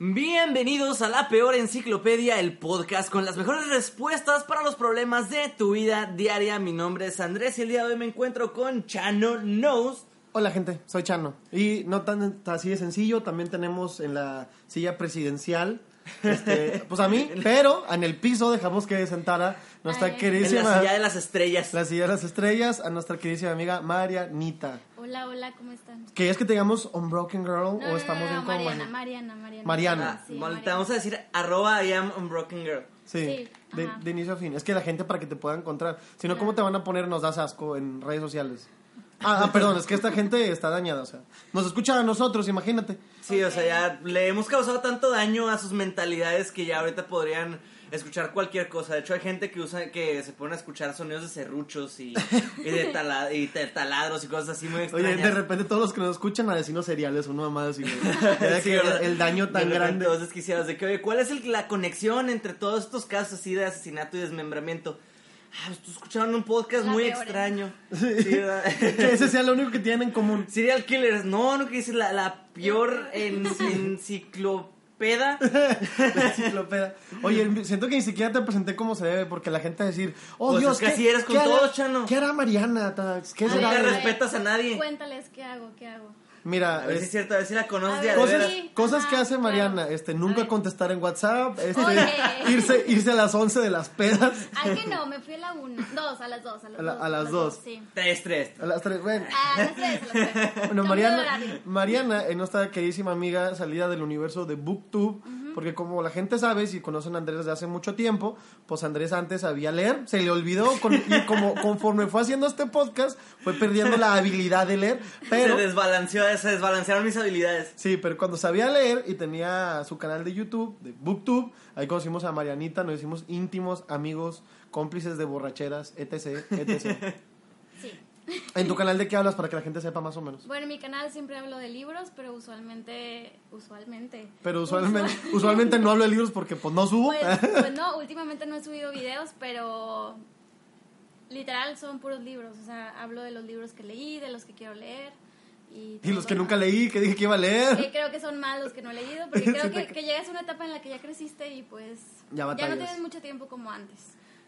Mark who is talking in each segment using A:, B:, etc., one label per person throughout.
A: Bienvenidos a La Peor Enciclopedia, el podcast con las mejores respuestas para los problemas de tu vida diaria. Mi nombre es Andrés y el día de hoy me encuentro con Chano Knows.
B: Hola gente, soy Chano. Y no tan así de sencillo, también tenemos en la silla presidencial, este, pues a mí, pero en el piso dejamos que sentara nuestra queridísima...
A: En la silla de las estrellas.
B: la silla de las estrellas, a nuestra queridísima amiga Marianita.
C: Hola, hola, ¿cómo están?
B: ¿Querías que tengamos Unbroken Girl
C: No,
B: o
C: no,
B: Oh, estamos
C: no,
B: bien
C: no,
B: como Mariana?
C: Mariana, Mariana, Mariana.
B: Mariana.
A: Ah,
C: Sí,
A: bueno,
C: Mariana.
A: te vamos a decir arroba I am unbroken girl.
B: Sí,
C: Sí,
B: de,
C: ajá.
B: de inicio a fin. Es que la gente para que te pueda encontrar. Si no, ¿cómo te van a poner nos das asco en redes sociales? Ah, ah, perdón, es que esta gente está dañada, o sea. Nos escucha a nosotros, imagínate.
A: Sí, o sea, ya le hemos causado tanto daño a sus mentalidades que ya ahorita podrían escuchar cualquier cosa. De hecho, hay gente que usa que se pone a escuchar sonidos de serruchos y, y de tala- y de taladros y cosas así muy
B: Oye,
A: extrañas.
B: de repente todos los que nos escuchan a vecinos seriales, una mamada así. güey. Era
A: Sí,
B: que
A: ¿verdad?
B: el daño
A: De
B: tan
A: repente
B: grande.
A: todos desquiciados de que, oye, ¿cuál es el- la conexión entre todos estos casos así de asesinato y desmembramiento? Ah, pues, tú escucharon un podcast
C: La
A: muy
C: peor, ¿eh?
A: extraño. Sí, ¿verdad?
B: Que ese sea lo único que tienen en común.
A: Serial killers, no, no que dices la, la peor en- enciclopeda.
B: La enciclopedia. Oye, siento que ni siquiera te presenté como se debe, porque la gente va a decir, oh
A: Pues
B: Dios,
A: es que así eres con
B: hará-
A: todos, Chano.
B: ¿Qué hará Mariana? Tax? ¿Qué
C: A
A: No
B: será?
A: te
C: ver,
A: respetas a nadie.
C: Cuéntales qué hago, qué hago.
B: Mira,
A: A ver si es
B: es-
A: cierto, a ver si la conoces
C: A
A: de a de
C: ver,
B: cosas,
A: veras.
C: Sí,
B: cosas
C: ajá,
B: que hace Mariana,
C: claro.
B: este,
C: A
B: nunca
C: ver.
B: contestar en WhatsApp, este,
C: Oye.
B: irse, irse a las 11 de las pedas,
C: Ay, que no, me fui a la una. Dos, a las dos, a las
B: A la-
C: dos.
B: a las dos.
C: Sí.
A: Tres, tres.
B: a las 3, bueno.
C: A las tres, a las tres.
B: Bueno,
C: Cambio de
B: Mariana,
C: horario.
B: Mariana eh, nuestra queridísima amiga salida del universo de BookTube, porque como la gente sabe, si conocen a Andrés desde hace mucho tiempo, pues Andrés antes sabía leer, se le olvidó, con- y como conforme fue haciendo este podcast, fue perdiendo la habilidad de leer, pero...
A: Se desbalanceó, se desbalancearon mis habilidades.
B: Sí, pero cuando sabía leer y tenía su canal de YouTube, de BookTube, ahí conocimos a Marianita, nos hicimos íntimos, amigos, cómplices de borracheras, etc, etc.
C: Sí.
B: ¿En tu canal de qué hablas para que la gente sepa más o menos?
C: Bueno, en mi canal siempre hablo de libros, pero usualmente. Usualmente.
B: Pero usualmente,
C: Usual-
B: usualmente no hablo de libros porque pues no subo.
C: Pues, pues no, últimamente no he subido videos, pero literal son puros libros. O sea, hablo de los libros que leí, de los que quiero leer. Y,
B: y los que
C: todo.
B: nunca leí, que dije que iba a
C: Que
B: leer.
C: creo que son malos que no he leído, porque creo
B: Sí,
C: que,
B: te-
C: que llegas a una etapa en la que ya creciste y pues
B: Ya
C: no
B: batallas.
C: tienes mucho tiempo como antes.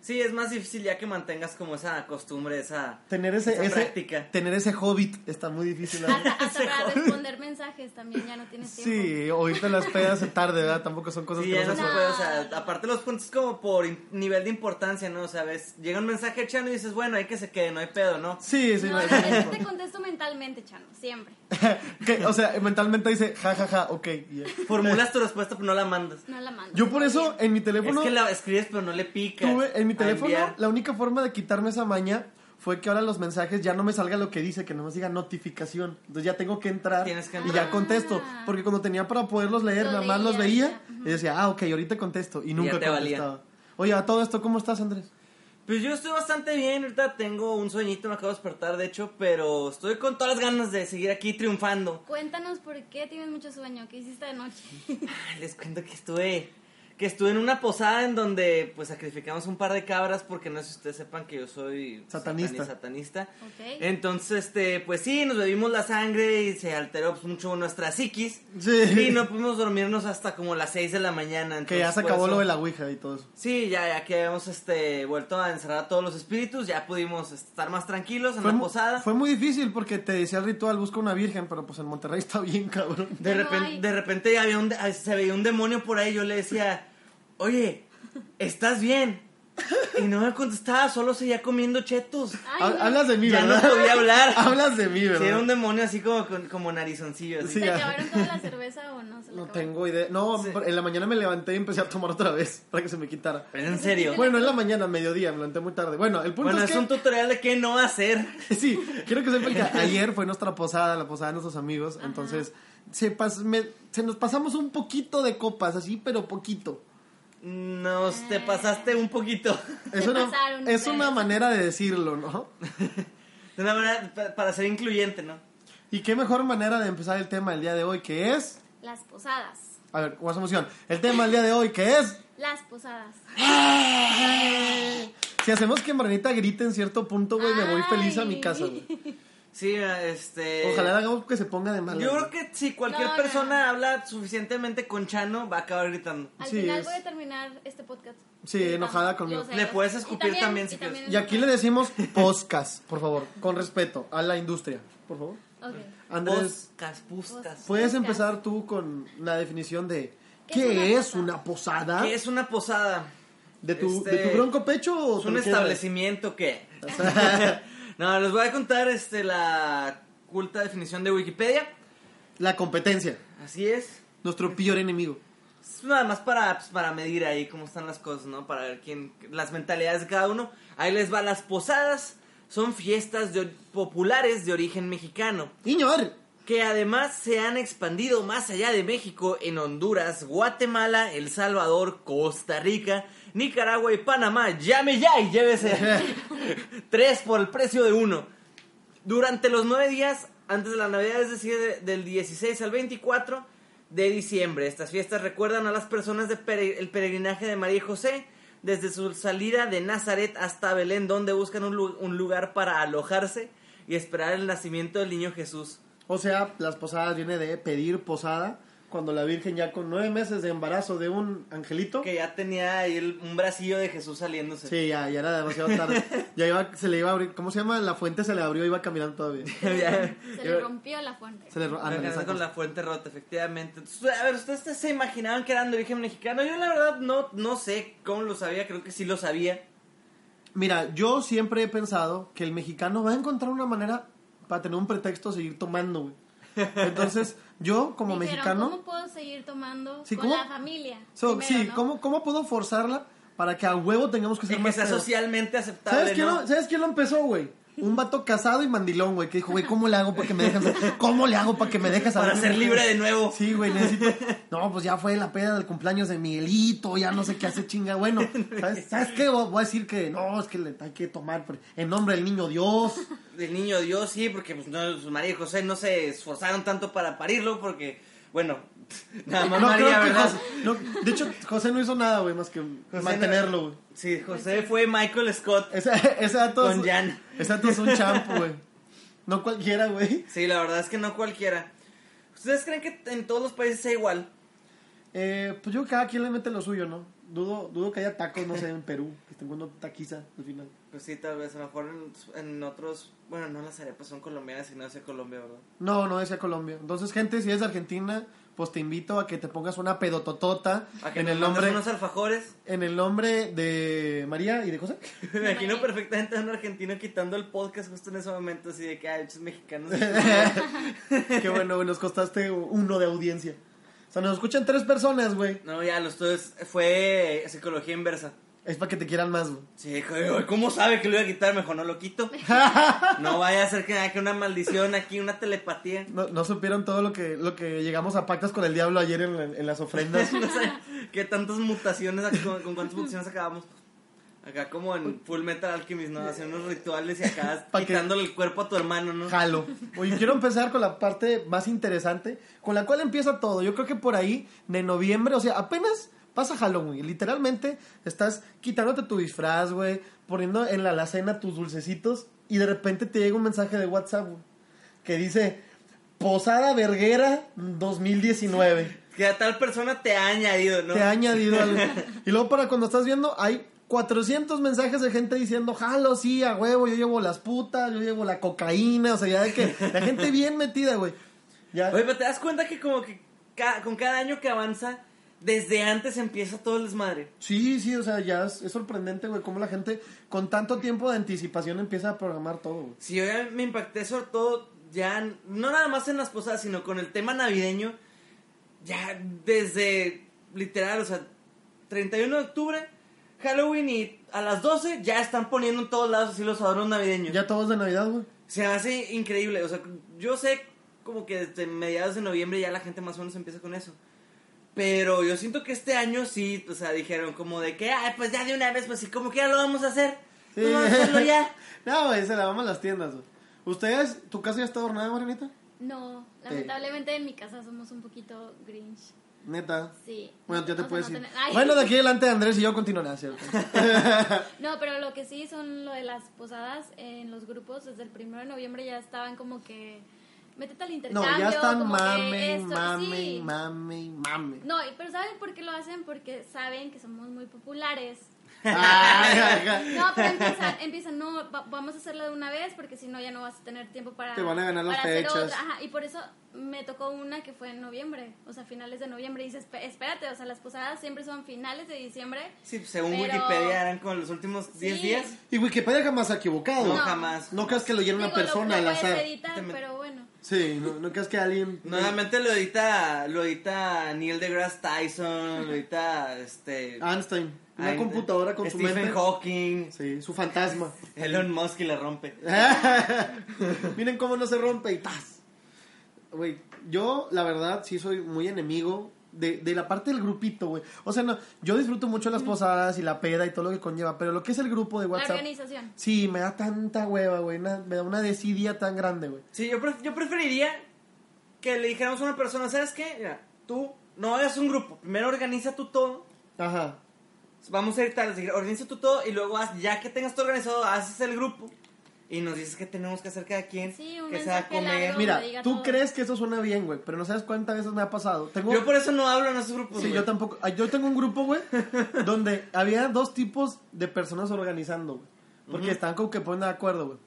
A: Sí, es más difícil ya que mantengas como esa costumbre, esa,
B: Tener ese,
A: esa
B: ese,
A: práctica.
B: tener ese hobbit está muy difícil. ¿verdad?
C: Hasta, hasta para responder mensajes también ya no tienes tiempo.
B: Sí, oírte las pedas de tarde, ¿verdad? Tampoco son cosas
A: Sí,
B: que
A: ya
B: no
A: no
B: se
A: se
C: No.
A: puede, o sea, aparte los puntos como por in- nivel de importancia, ¿no? O sea, ves, llega un mensaje chano y dices, bueno, hay que se quede, no hay pedo, ¿no?
B: Sí, sí.
C: No,
B: no.
C: yo te contesto mentalmente, Chano, siempre.
B: Que, o sea, mentalmente dice, ja, ja, ja, ok. yeah.
A: Formulas tu respuesta, pero no la mandas.
C: No la mando.
B: Yo por e- eso en mi
A: Es
B: teléfono
A: que la escribes, pero no le picas.
B: tuve en mi
A: a
B: teléfono
A: enviar.
B: la única forma de quitarme esa maña fue que ahora los mensajes ya no me salga lo que dice, que nomás diga notificación. Entonces ya tengo que entrar
A: Tienes que
B: y
A: entrar.
B: ya contesto,
C: Ah.
B: porque cuando tenía para poderlos leer
C: Lo
B: nada más los
C: leía,
B: veía
C: ya.
B: y decía, "Ah, ok, ahorita contesto" y nunca
A: te valía.
B: contestaba. Oye, a todo esto, ¿cómo estás, Andrés?
A: Pues yo estoy bastante bien, ahorita tengo un sueñito, me acabo de despertar, de hecho, pero estoy con todas las ganas de seguir aquí triunfando.
C: Cuéntanos por qué tienes mucho sueño, qué hiciste de noche.
A: Ay, Les cuento que estuve que estuve en una posada en donde pues sacrificamos un par de cabras porque no sé si ustedes sepan que yo soy
B: Satanista.
A: satani- satanista.
C: Ok.
A: Entonces, este, pues sí, nos bebimos la sangre y se alteró pues, mucho nuestra psiquis.
B: Sí.
A: Y no pudimos dormirnos hasta como las 6 de la mañana.
B: Que ya
A: entonces,
B: se
A: por
B: acabó
A: eso-
B: lo de la Ouija y todo eso.
A: Sí, ya, ya que habíamos este, vuelto a encerrar a todos los espíritus, ya pudimos estar más tranquilos en
B: Fue,
A: la
B: mu-
A: posada.
B: fue muy difícil porque te decía el ritual, busca una virgen, pero pues en Monterrey está bien, cabrón.
A: De,
C: No
A: repente,
C: hay.
A: de repente había un de- ah, se veía un demonio por ahí. Yo le decía, oye, ¿estás bien? Y no me contestaba, solo seguía comiendo chetos.
C: Ay,
B: Hab-
C: no.
B: Hablas de mí,
A: ya
B: Ah, ¿verdad?
A: no podía hablar.
B: Hablas de mí, ¿verdad?
A: Sí, era un demonio así como, con- como narizoncillo. así.
B: Sí,
C: ¿Se
B: ya.
C: acabaron toda la cerveza o no? ¿Se la
B: ah. No
C: acabaron?
B: tengo idea. No,
A: Sí.
B: por- en la mañana me levanté y empecé a tomar otra vez para que se me quitara.
A: Pero en serio.
B: Bueno, en la mañana, mediodía, me levanté muy tarde. Bueno, el punto
A: Bueno,
B: es
A: es
B: que...
A: un tutorial de qué no hacer.
B: Sí, quiero que sepan que ayer fue nuestra posada, la posada de nuestros amigos. Entonces, se, pas- me- se nos pasamos un poquito de copas, así, pero poquito.
A: Nos
B: Eh.
A: te pasaste un poquito.
B: Es,
C: Se
B: una,
C: pasaron
B: es una
C: ustedes.
B: manera de decirlo, ¿no?
A: De una manera, pa- para ser incluyente, ¿no?
B: Y qué mejor manera de empezar el tema del día de hoy, que es...
C: Las posadas.
B: A ver, más emoción. El tema del día de hoy, que es...
C: Las posadas.
B: Si hacemos que Maranita grite en cierto punto, güey, me voy feliz a mi casa, güey.
A: Sí, este.
B: Ojalá hagamos que se ponga de mala.
A: Yo
B: güey.
A: creo que si cualquier
C: No, no,
A: persona habla suficientemente con Chano, va a acabar gritando.
C: Al
B: Sí,
C: final
B: es-
C: voy a terminar este podcast.
B: Sí,
C: Gritando,
B: enojada conmigo.
C: lo sé,
A: Le
C: lo sé.
A: puedes
C: Y
A: escupir también si
C: y
A: quieres.
B: Y aquí le decimos poscas, por favor, con respeto a la industria, por favor.
C: Ok.
B: Andrés,
A: Buscas, buscas.
B: ¿puedes
C: Poscas.
B: empezar tú con la definición de
C: ¿Qué
B: qué es
C: es una
B: una posada?
A: ¿Qué es una posada?
B: ¿De tu,
A: Este,
B: de tu bronco pecho o
A: ¿Es
B: te
A: un
B: lo quieres dar?
A: establecimiento que? no, les voy a contar este, la culta definición de Wikipedia.
B: La competencia,
A: Así es.
B: nuestro peor enemigo.
A: Es nada más para, pues, para medir ahí cómo están las cosas, ¿no? Para ver quién, las mentalidades de cada uno. Ahí les va las posadas. Son fiestas de or- populares de origen mexicano.
B: Iñor,
A: que además se han expandido más allá de México en Honduras, Guatemala, El Salvador, Costa Rica, Nicaragua y Panamá. Llame ya y llévese tres por el precio de uno. Durante los nueve días antes de la Navidad, es decir, de- del 16 al 24 de diciembre, estas fiestas recuerdan a las personas del peregrinaje de María y José desde su salida de Nazaret hasta Belén, donde buscan un lu- un lugar para alojarse y esperar el nacimiento del niño Jesús.
B: o sea, las posadas viene de pedir posada cuando la Virgen ya con nueve meses de embarazo de un angelito.
A: Que ya tenía ahí el- un bracillo de Jesús saliéndose.
B: Sí, ya, ya era demasiado tarde. ya iba, se le iba a abrir, ¿cómo se llama? La fuente se le abrió, iba caminando todavía.
A: Ya-
C: Se le rompió la fuente.
B: Se le ro-
A: Me
B: ándale,
A: alcanzó
B: esa
A: con
B: cosa.
A: la fuente rota, efectivamente. Entonces, a ver, ¿ustedes se imaginaban que eran de origen mexicano? Yo la verdad no, no sé cómo lo sabía, creo que sí lo sabía.
B: Mira, yo siempre he pensado que el mexicano va a encontrar una manera para tener un pretexto a seguir tomando, güey. Entonces, yo como
C: Dijeron,
B: mexicano,
C: ¿Cómo puedo seguir tomando
B: Sí,
C: con
B: ¿cómo?
C: la familia?
B: so,
C: primero,
B: sí,
C: ¿no?
B: ¿cómo, ¿cómo puedo forzarla para que a huevo tengamos que
A: Y
B: ser
A: que
B: más
A: sea
B: pedos?
A: socialmente aceptable,
B: ¿Sabes quién,
A: ¿no?
B: lo, ¿Sabes quién lo empezó, güey? Un vato casado y mandilón, güey, que dijo, güey, ¿cómo le hago para que me dejes ¿Cómo le hago para que me dejes
A: Para ser libre de nuevo.
B: Sí, güey, necesito. No, pues ya fue la peda del cumpleaños de Miguelito, ya no sé qué hace chinga. Bueno, ¿sabes, ¿sabes qué? Voy voy a decir que no, es que le hay que tomar por- en nombre del niño Dios.
A: Del niño Dios, sí, porque pues, no, María y José no se esforzaron tanto para parirlo, porque, bueno, nada más
B: no,
A: María,
B: creo que
A: ¿verdad?
B: José- no, de hecho, José no hizo nada, güey, más que
A: José
B: mantenerlo,
A: no-
B: güey.
A: Sí, José fue Michael Scott.
B: Ese, ese dato
A: Con Jan.
B: Ese dato es un champo, güey. No cualquiera, güey.
A: Sí, la verdad es que no cualquiera. ¿Ustedes creen que en todos los países sea igual?
B: Eh, pues yo cada quien le mete lo suyo, ¿no? Dudo, dudo que haya tacos, no sé, en Perú, que estén comiendo taquiza al final.
A: Pues sí, tal vez, a lo mejor en, en otros... Bueno, no las arepas son colombianas y no hacia Colombia, ¿verdad?
B: No, no decía Colombia. Entonces, gente, si eres de Argentina, pues te invito a que te pongas una pedototota
A: A que
B: en
A: nos mandes
B: el nombre
A: unos alfajores.
B: en el nombre de María y de José.
A: Me imagino perfectamente a un argentino quitando el podcast justo en ese momento, así de que, ah, estos mexicanos...
B: Qué bueno, güey, nos costaste uno de audiencia. O sea, nos escuchan tres personas, güey.
A: no, ya, los tuyos fue psicología inversa.
B: Es para que te quieran más, güey.
A: Sí, dijo, "Ay, ¿cómo sabe que lo iba a quitar? Mejor no lo quito. No vaya a ser que haya una maldición aquí, una telepatía.
B: No, no supieron todo lo que, lo que llegamos a pactas con el diablo ayer en, la- en las ofrendas.
A: no sé qué tantas mutaciones, con, con cuántas mutaciones acabamos. Acá como en Full Metal Alchemist, ¿no? Hacen unos rituales y acabas
B: Pa' que-
A: quitándole el cuerpo a tu hermano, ¿no?
B: Jalo. Oye, quiero empezar con la parte más interesante, con la cual empieza todo. Yo creo que por ahí, de noviembre, o sea, apenas pasa Halloween. Literalmente estás quitándote tu disfraz, güey, poniendo en la alacena tus dulcecitos y de repente te llega un mensaje de WhatsApp güey, que dice Posada Verguera 2019.
A: Que a tal persona te ha añadido, ¿no?
B: Te ha añadido algo. Y luego para cuando estás viendo, hay 400 mensajes de gente diciendo, jalo, sí, a huevo, yo llevo las putas, yo llevo la cocaína, o sea, ya de que la gente bien metida, güey. Ya.
A: Oye, pero te das cuenta que como que ca- con cada año que avanza, desde antes empieza todo el desmadre.
B: Sí, sí, o sea, ya es, es sorprendente, güey, cómo la gente con tanto tiempo de anticipación empieza a programar todo, güey.
A: Sí, yo ya me impacté sobre todo ya, n- no nada más en las posadas, sino con el tema navideño, ya desde literal, o sea, 31 de octubre, Halloween y a las 12 ya están poniendo en todos lados así los adornos navideños.
B: Ya todos de Navidad, güey.
A: Se hace increíble, o sea, yo sé como que desde mediados de noviembre ya la gente más o menos empieza con eso. Pero yo siento que este año sí, o sea, dijeron como de que, ay, pues ya de una vez, pues si como quiera lo vamos a hacer.
B: Sí.
A: Pues vamos a hacerlo ya.
B: no, güey, se la vamos a las tiendas, güey. ¿Ustedes, tu casa ya está adornada, Marianita?
C: No, lamentablemente en mi casa somos un poquito grinch.
B: Neta.
C: Sí.
B: Bueno, ya te
C: O sea,
B: puedes
C: no
B: ir.
C: tener- Ah, Ay.
B: Bueno, de aquí adelante Andrés y yo continuará, ¿cierto?
C: No, pero lo que sí son lo de las posadas en los grupos. Desde el primero de noviembre ya estaban como que. Métete al
B: No,
C: intercambio.
B: ya están
C: como que
B: mame,
C: esto, pues
B: mame,
C: sí.
B: mame, mame.
C: No, y- pero ¿saben por qué lo hacen? Porque saben que somos muy populares.
B: Ay, ay, ay.
C: No, pero empiezan, empiezan no, va- vamos a hacerlo de una vez porque si no ya no vas a tener tiempo para...
B: Te van a ganar las
C: para hacer
B: fechas.
C: otra. Ajá, y por eso me tocó una que fue en noviembre, o sea, finales de noviembre. Y dices, "Espe- espérate, o sea, las posadas siempre son finales de diciembre.
A: Sí, pues, según
C: Pero-
A: Wikipedia eran con los últimos 10
C: Sí.
A: días.
B: Y Wikipedia jamás se ha equivocado.
A: No,
C: No.
A: jamás.
B: No creas que lo llena una
C: Digo, lo-
B: persona
C: lo
B: al
C: puedes
B: azar.
C: editar,
A: Te me-
C: pero bueno.
B: Sí, no, no creas que alguien...
A: Nuevamente lo edita, lo edita Neil deGrasse Tyson, lo edita este...
B: Einstein. Una
A: Ay,
B: computadora con
A: Stephen
B: su mente.
A: Hawking,
B: Sí, su fantasma.
A: Elon Musk y la rompe.
B: Miren cómo no se rompe y ¡tas! Güey, yo la verdad sí soy muy enemigo de, de la parte del grupito, güey. O sea, no, yo disfruto mucho las posadas y la peda y todo lo que conlleva, pero lo que es el grupo de
C: Mm. La
B: WhatsApp...
C: organización.
B: Sí, me da tanta hueva, güey. una- me da una desidia tan grande, güey.
A: Sí, yo, pref- yo preferiría que le dijéramos a una persona, ¿sabes qué? Mira, tú no hagas un grupo, primero organiza tú todo,
B: Ajá.
A: vamos a ir tarde, así que organiza tú todo y luego haz- ya que tengas todo organizado, haces el grupo y nos dices qué tenemos que hacer cada quien,
C: Sí, un
A: que se va a
C: mensaje
A: comer.
C: largo.
B: Mira,
C: me diga
B: tú
C: todo.
B: crees que eso suena bien, güey, pero no sabes cuántas veces me ha pasado. Tengo...
A: Yo por eso no hablo en esos grupos.
B: Sí,
A: güey.
B: yo tampoco. ah, Yo tengo un grupo, güey, donde había dos tipos de personas organizando, güey. Porque estaban como que ponen de acuerdo, güey.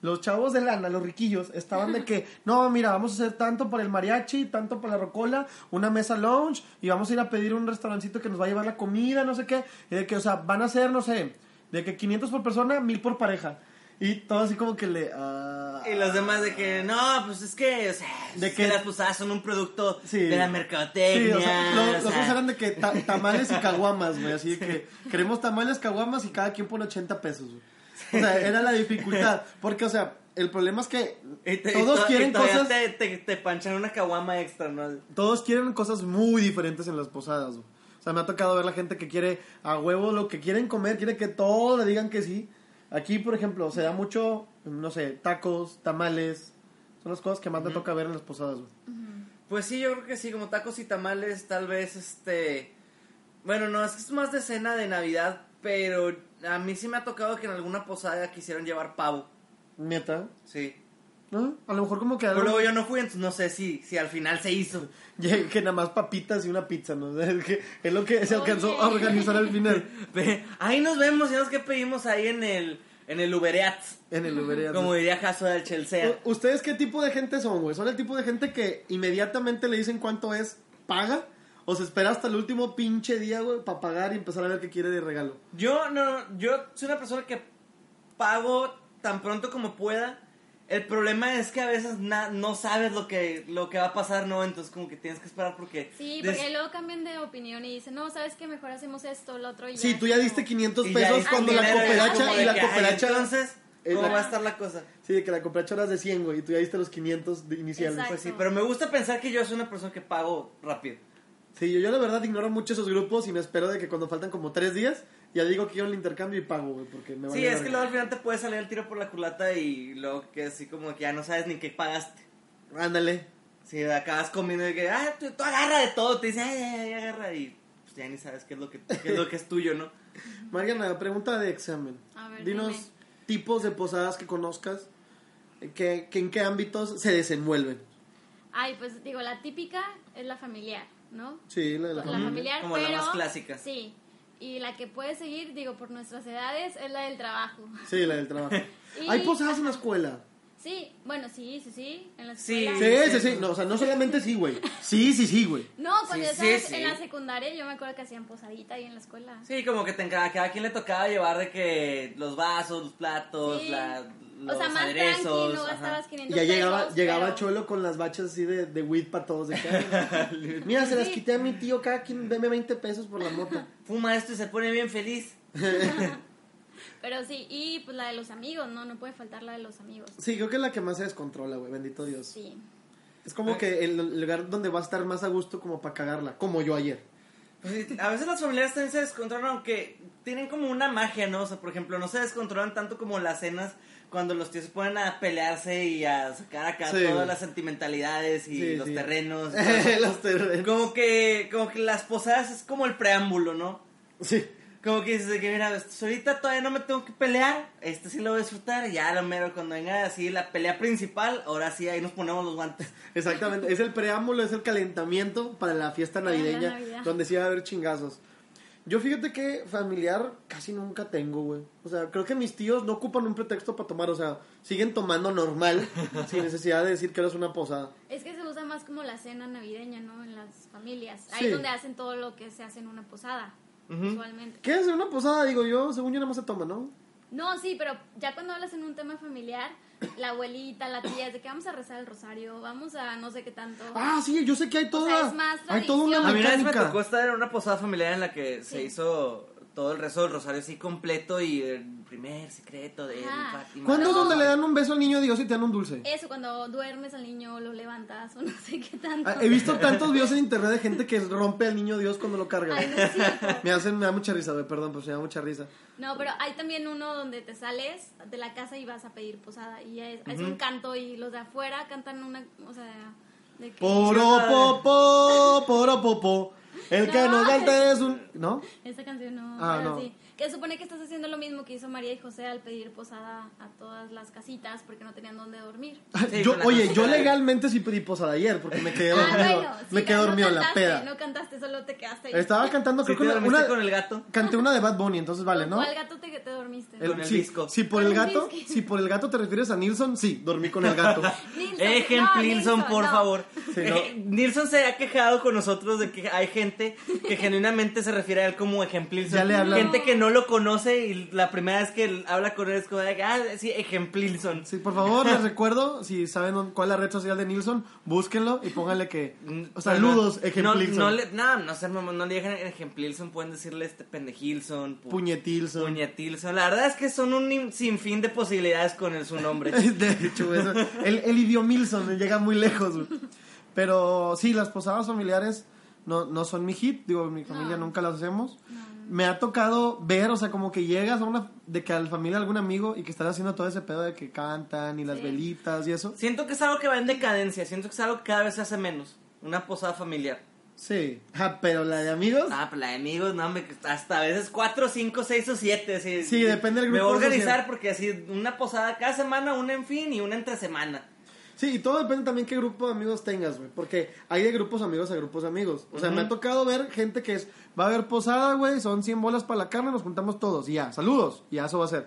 B: Los chavos de lana, los riquillos, estaban de que, no, mira, vamos a hacer tanto para el mariachi, tanto para la rocola, una mesa lounge, y vamos a ir a pedir un restaurancito que nos va a llevar la comida, no sé qué. Y de que, o sea, van a ser, no sé, de que 500 por persona, 1000 por pareja. Y todo así como que le... ah,
A: Y los demás de que, no, pues es que, o sea,
B: De
A: es que,
B: que-
A: las posadas son un producto
B: Sí.
A: de la
B: Sí,
A: mercadotecnia.
B: o sea, lo-
A: o
B: los
A: sea,
B: dos eran de que ta- tamales y caguamas, güey. Así de que queremos tamales, caguamas y cada quien pone 80 pesos, güey. O sea, era la dificultad. Porque, o sea, el problema es que
A: y te- y
B: todos
A: to- y
B: quieren
A: todavía
B: cosas.
A: Te, te, te panchan una caguama extra, ¿no?
B: Todos quieren cosas muy diferentes en las posadas, güey. O sea, me ha tocado ver la gente que quiere a huevo lo que quieren comer, quiere que todo le digan que sí. Aquí, por ejemplo, se da mucho, no sé, tacos, tamales. Son las cosas que más me toca ver en las posadas, güey.
A: Pues sí, yo creo que sí, como tacos y tamales, tal vez este. Bueno, no, es que es más de cena de Navidad, pero a mí sí me ha tocado que en alguna posada quisieron llevar pavo.
B: Neta.
A: Sí.
B: ¿No? A lo mejor como que...
A: Pero
B: algo-
A: luego yo no fui, entonces no sé si, si al final se hizo.
B: Ya, Que nada más papitas y una pizza, ¿no? Es, que- es lo que se alcanzó
C: Oye.
B: a organizar al final
A: Ve, Ahí nos vemos, ya nos que pedimos ahí en el, en el Ubereat.
B: en el Uber.
A: Como diría Jaso del Chelsea.
B: U- ¿Ustedes qué tipo de gente son, güey? ¿Son el tipo de gente que inmediatamente le dicen cuánto es, paga? ¿O se espera hasta el último pinche día, güey, para pagar y empezar a ver qué quiere de regalo?
A: Yo no, no, yo soy una persona que pago tan pronto como pueda. El problema es que a veces na- no sabes lo que, lo que va a pasar, ¿no? Entonces como que tienes que esperar porque...
C: Sí,
A: des-
C: porque luego cambian de opinión y dicen, no, ¿sabes qué? Mejor hacemos esto, lo otro y
B: Sí, tú ya diste 500
A: y ya
B: pesos
A: es
B: cuando
A: un
B: la
A: dinero, ya es como
B: cooperacha
A: de
B: y la
A: que, ay,
B: cooperacha...
A: Entonces,
B: es
A: ¿cómo
B: la-
A: va a estar la cosa?
B: Sí, de que la cooperacha era de 100, güey, y tú ya diste los 500 de- iniciales.
C: Exacto.
A: Pues sí, pero me gusta pensar que yo soy una persona que pago rápido.
B: Sí, yo, yo la verdad ignoro mucho esos grupos y me espero de que cuando faltan como 3 días, ya digo que quiero el intercambio y pago, güey, porque me
A: Sí,
B: vale
A: es que
B: verga.
A: luego al final te puede salir el tiro por la culata y luego que así como que ya no sabes ni qué pagaste.
B: Ándale.
A: Si acabas comiendo y que, ah, tú, tú agarra de todo, te dice, ay, ay, ay, agarra y pues ya ni sabes qué es lo que, qué es, lo que es tuyo, ¿no?
B: Mariana, pregunta de examen.
C: A ver,
B: Dinos
C: dime.
B: tipos de posadas que conozcas, eh, que, que en qué ámbitos se desenvuelven.
C: Ay, pues digo, la típica es la familiar, ¿no?
B: Sí, la de la
C: La
B: familia.
C: familiar,
A: Como la
C: pero...
A: más clásica.
C: Sí. Y la que puede seguir, digo, por nuestras edades, es la del trabajo.
B: Sí, la del trabajo.
C: Y-
B: Hay posadas en la escuela.
C: Sí, bueno, sí, sí, sí, en la
A: Sí.
C: escuela.
B: Sí, sí, sí. No, o sea, no solamente sí, güey. Sí, sí, sí, güey.
C: No, cuando
A: Sí,
C: estabas
A: sí, sí.
C: en la secundaria yo me acuerdo que hacían posadita ahí en la escuela.
A: Sí, como que te, enca- a cada quien le tocaba llevar de que los vasos, los platos,
C: Sí.
A: la- los
C: o sea, más
A: aderezos.
C: tranqui, no
A: ajá.
C: gastabas 500
B: Ya llegaba,
C: pesos,
B: llegaba
C: pero-
B: Cholo con las bachas así de, de weed para todos. De acá. Mira, se las quité a mi tío, cada quien deme 20 pesos por la moto.
A: Fuma esto y se pone bien feliz.
C: Pero sí, y pues la de los amigos, ¿no? No puede faltar la de los amigos.
B: Sí, creo que es la que más se descontrola, güey, bendito Dios.
C: Sí.
B: Es como que el lugar donde va a estar más a gusto como para cagarla, como yo ayer.
A: Pues, A veces las familiares también se descontrolan, aunque tienen como una magia, ¿no? O sea, por ejemplo, no se descontrolan tanto como las cenas cuando los tíos se ponen a pelearse y a sacar acá
B: Sí, güey.
A: todas las sentimentalidades y
B: Sí,
A: los
B: sí.
A: terrenos. y todo eso.
B: Los terrenos.
A: como que como que las posadas es como el preámbulo, ¿no?
B: Sí.
A: Como que dices de que mira, pues, ahorita todavía no me tengo que pelear, este sí lo voy a disfrutar, ya lo mero cuando venga así la pelea principal, ahora sí ahí nos ponemos los guantes.
B: Exactamente, es el preámbulo, es el calentamiento para la fiesta
C: Para la
B: navideña,
C: Navidad.
B: donde sí va a haber chingazos. Yo fíjate que familiar casi nunca tengo, güey. O sea, creo que mis tíos no ocupan un pretexto para tomar, o sea, siguen tomando normal, sin necesidad de decir que eres una posada.
C: Es que se usa más como la cena navideña, ¿no? En las familias.
B: Sí.
C: Ahí es donde hacen todo lo que se hace en una posada, usualmente.
B: ¿Qué es una posada? Digo yo, según yo nada más se toma, ¿no?
C: No, sí, pero ya cuando hablas en un tema familiar, la abuelita, la tía, es de que vamos a rezar el rosario, vamos a no sé qué tanto.
B: Ah, sí, yo sé que hay toda,
C: sea, es más
B: hay toda una
A: A mí una vez me
B: Ah, mecánica.
A: tocó estar en una posada familiar en la que se
C: Sí.
A: hizo todo el rezo del rosario así completo y el primer secreto de
C: Ajá.
A: Fátima.
B: ¿Cuándo es
C: No.
B: donde le dan un beso al niño Dios y te dan un dulce?
C: Eso, cuando duermes al niño, lo levantas o no sé qué tanto.
B: Ah, He visto tantos videos en internet de gente que rompe al niño Dios cuando lo carga.
C: Ay,
B: güey.
C: no es cierto.
B: Me hacen, me da mucha risa, güey, perdón, pues me da mucha risa.
C: No, pero hay también uno donde te sales de la casa y vas a pedir posada. Y es, es un canto y los de afuera cantan una... O sea, de que...
B: Poro, po, po, poro, po, po. El que no canta es un... ¿No?
C: Esta canción no,
B: Ah,
C: pero
B: no.
C: sí. Que supone que estás haciendo lo mismo que hizo María y José al pedir posada a todas las casitas porque no tenían dónde dormir.
A: Sí,
B: yo,
A: con la
B: oye,
A: música
B: yo
A: de-
B: legalmente sí pedí posada ayer porque me quedé dormido.
C: Ah, sí,
B: me quedé
C: no
B: dormido en la
C: cantaste,
B: peda.
C: No cantaste, solo te quedaste ahí.
B: Estaba cantando,
A: ¿Sí
B: creo
A: te
B: que una,
A: dormiste
B: una-
A: con el gato?
B: Canté una de Bad Bunny, entonces vale, ¿no?
C: ¿Cuál gato te, te dormiste?
A: El- Con
B: sí,
A: disco.
B: Si por
C: Con
B: el
C: el
B: gato,
C: disco.
B: si por el gato te refieres a Nilsson, sí, dormí con el gato.
C: Nilsson. No,
A: Ejemplinson,
C: Nilsson,
A: Eh, por
C: no.
A: favor.
B: Sí, no.
A: Eh, Nilsson se ha quejado con nosotros de que hay gente que genuinamente se refiere a él como ejemplinson.
B: Ya le hablan.
A: Gente que no lo conoce y la primera vez que él habla con él es como de que, ah, sí, ejemplinson.
B: Sí, por favor, les recuerdo, si saben dónde- cuál es la red social de Nilsson, búsquenlo y pónganle que... o sea, Saludos, ejemplilson.
A: No, no, le, no, no, sean mamón, no le digan ejemplilson, pueden decirle este pendejilson, pu-
B: Puñetilson.
A: puñetilson. La verdad es que son un in- sinfín de posibilidades con el, su nombre.
B: De hecho, eso- el, el idiomilson llega muy lejos. güey. Pero sí, las posadas familiares no, no son mi hit. Digo, mi familia
C: No.
B: nunca las hacemos. Me ha tocado ver, o sea, como que llegas a una... De que a la familia de algún amigo y que están haciendo todo ese pedo de que cantan y las
C: Sí.
B: velitas y eso.
A: Siento que es algo que va en decadencia, siento que es algo que cada vez se hace menos. Una posada familiar.
B: Sí. Ah, pero la de amigos...
A: Ah, pues la de amigos, no, hombre, que hasta a veces cuatro, cinco, seis o siete. Así,
B: Sí, depende del
A: Me voy a
B: grupo
A: organizar
B: social.
A: porque así, una posada cada semana, una en fin y una entre semana.
B: Sí, y todo depende también qué grupo de amigos tengas, güey. Porque hay de grupos amigos a grupos amigos. O sea, me ha tocado ver gente que es, va a haber posada, güey, son 100 bolas para la carne, nos juntamos todos y ya, saludos, y ya eso va a ser.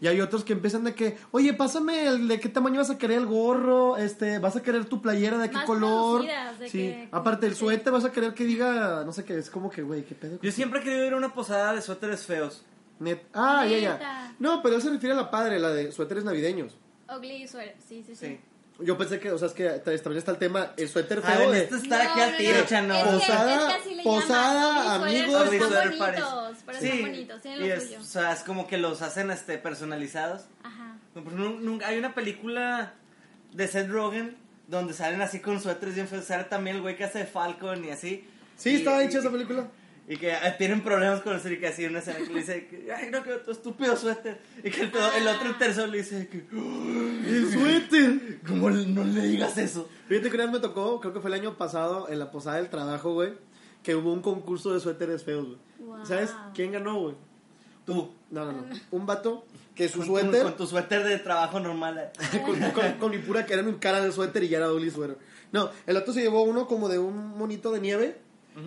B: Y hay otros que empiezan de que, oye, pásame el de qué tamaño vas a querer el gorro, este, vas a querer tu playera de qué
C: Más
B: color.
C: producidas, de
B: sí,
C: que-
B: aparte el
C: sí.
B: suéter vas a querer que diga, no sé qué, es como que, güey, qué pedo.
A: Yo siempre he querido ir a una posada de suéteres feos.
B: Net- Ah, ya, ya.
C: Neta.
B: No, pero él se refiere a la padre, la de suéteres navideños.
C: Ugly sweater, Oh, sí, sí, sí.
A: Sí.
B: Yo pensé que, o sea, es que también está el tema, el suéter
A: A
B: feo
A: ver,
B: de...
A: esto este está
C: No,
A: aquí
C: no,
A: al
C: no.
A: tiro, chano.
C: Es que- es que
B: Posada-
C: así le
B: posada,
C: llaman. Ugly
B: amigos,
C: sweaters,
A: Ugly sweater
C: Están
A: parties.
C: bonitos, pero están bonitos,
A: y
C: tienen lo
A: es-
C: suyo.
A: O sea, es como que los hacen este, personalizados.
C: Ajá.
A: No, pero nu- nunca- hay una película de Seth Rogen donde salen así con suéteres bien feos. Sale también el güey que hace de Falcon y así.
B: Sí,
A: Y-
B: estaba
A: y-
B: hecha esa película.
A: Y que ah, tienen problemas con los y que así una escena que le dice, que, ay, no, que tu estúpido suéter. Y que el, pedo- el otro, el tercero, le dice, que,
B: El suéter.
A: ¿cómo le- no le digas eso?
B: Fíjate que una vez me tocó, creo que fue el año pasado, en la posada del trabajo, güey, que hubo un concurso de suéteres feos, güey.
C: Wow.
B: ¿Sabes quién ganó, güey?
A: Tú.
B: No, no, no. Un vato que su
A: Con,
B: suéter, Ah,
A: con tu suéter de trabajo normal. eh.
B: con, con- con mi pura que era mi cara de suéter y ya era doble suero. No, el otro se llevó uno como de un monito de nieve,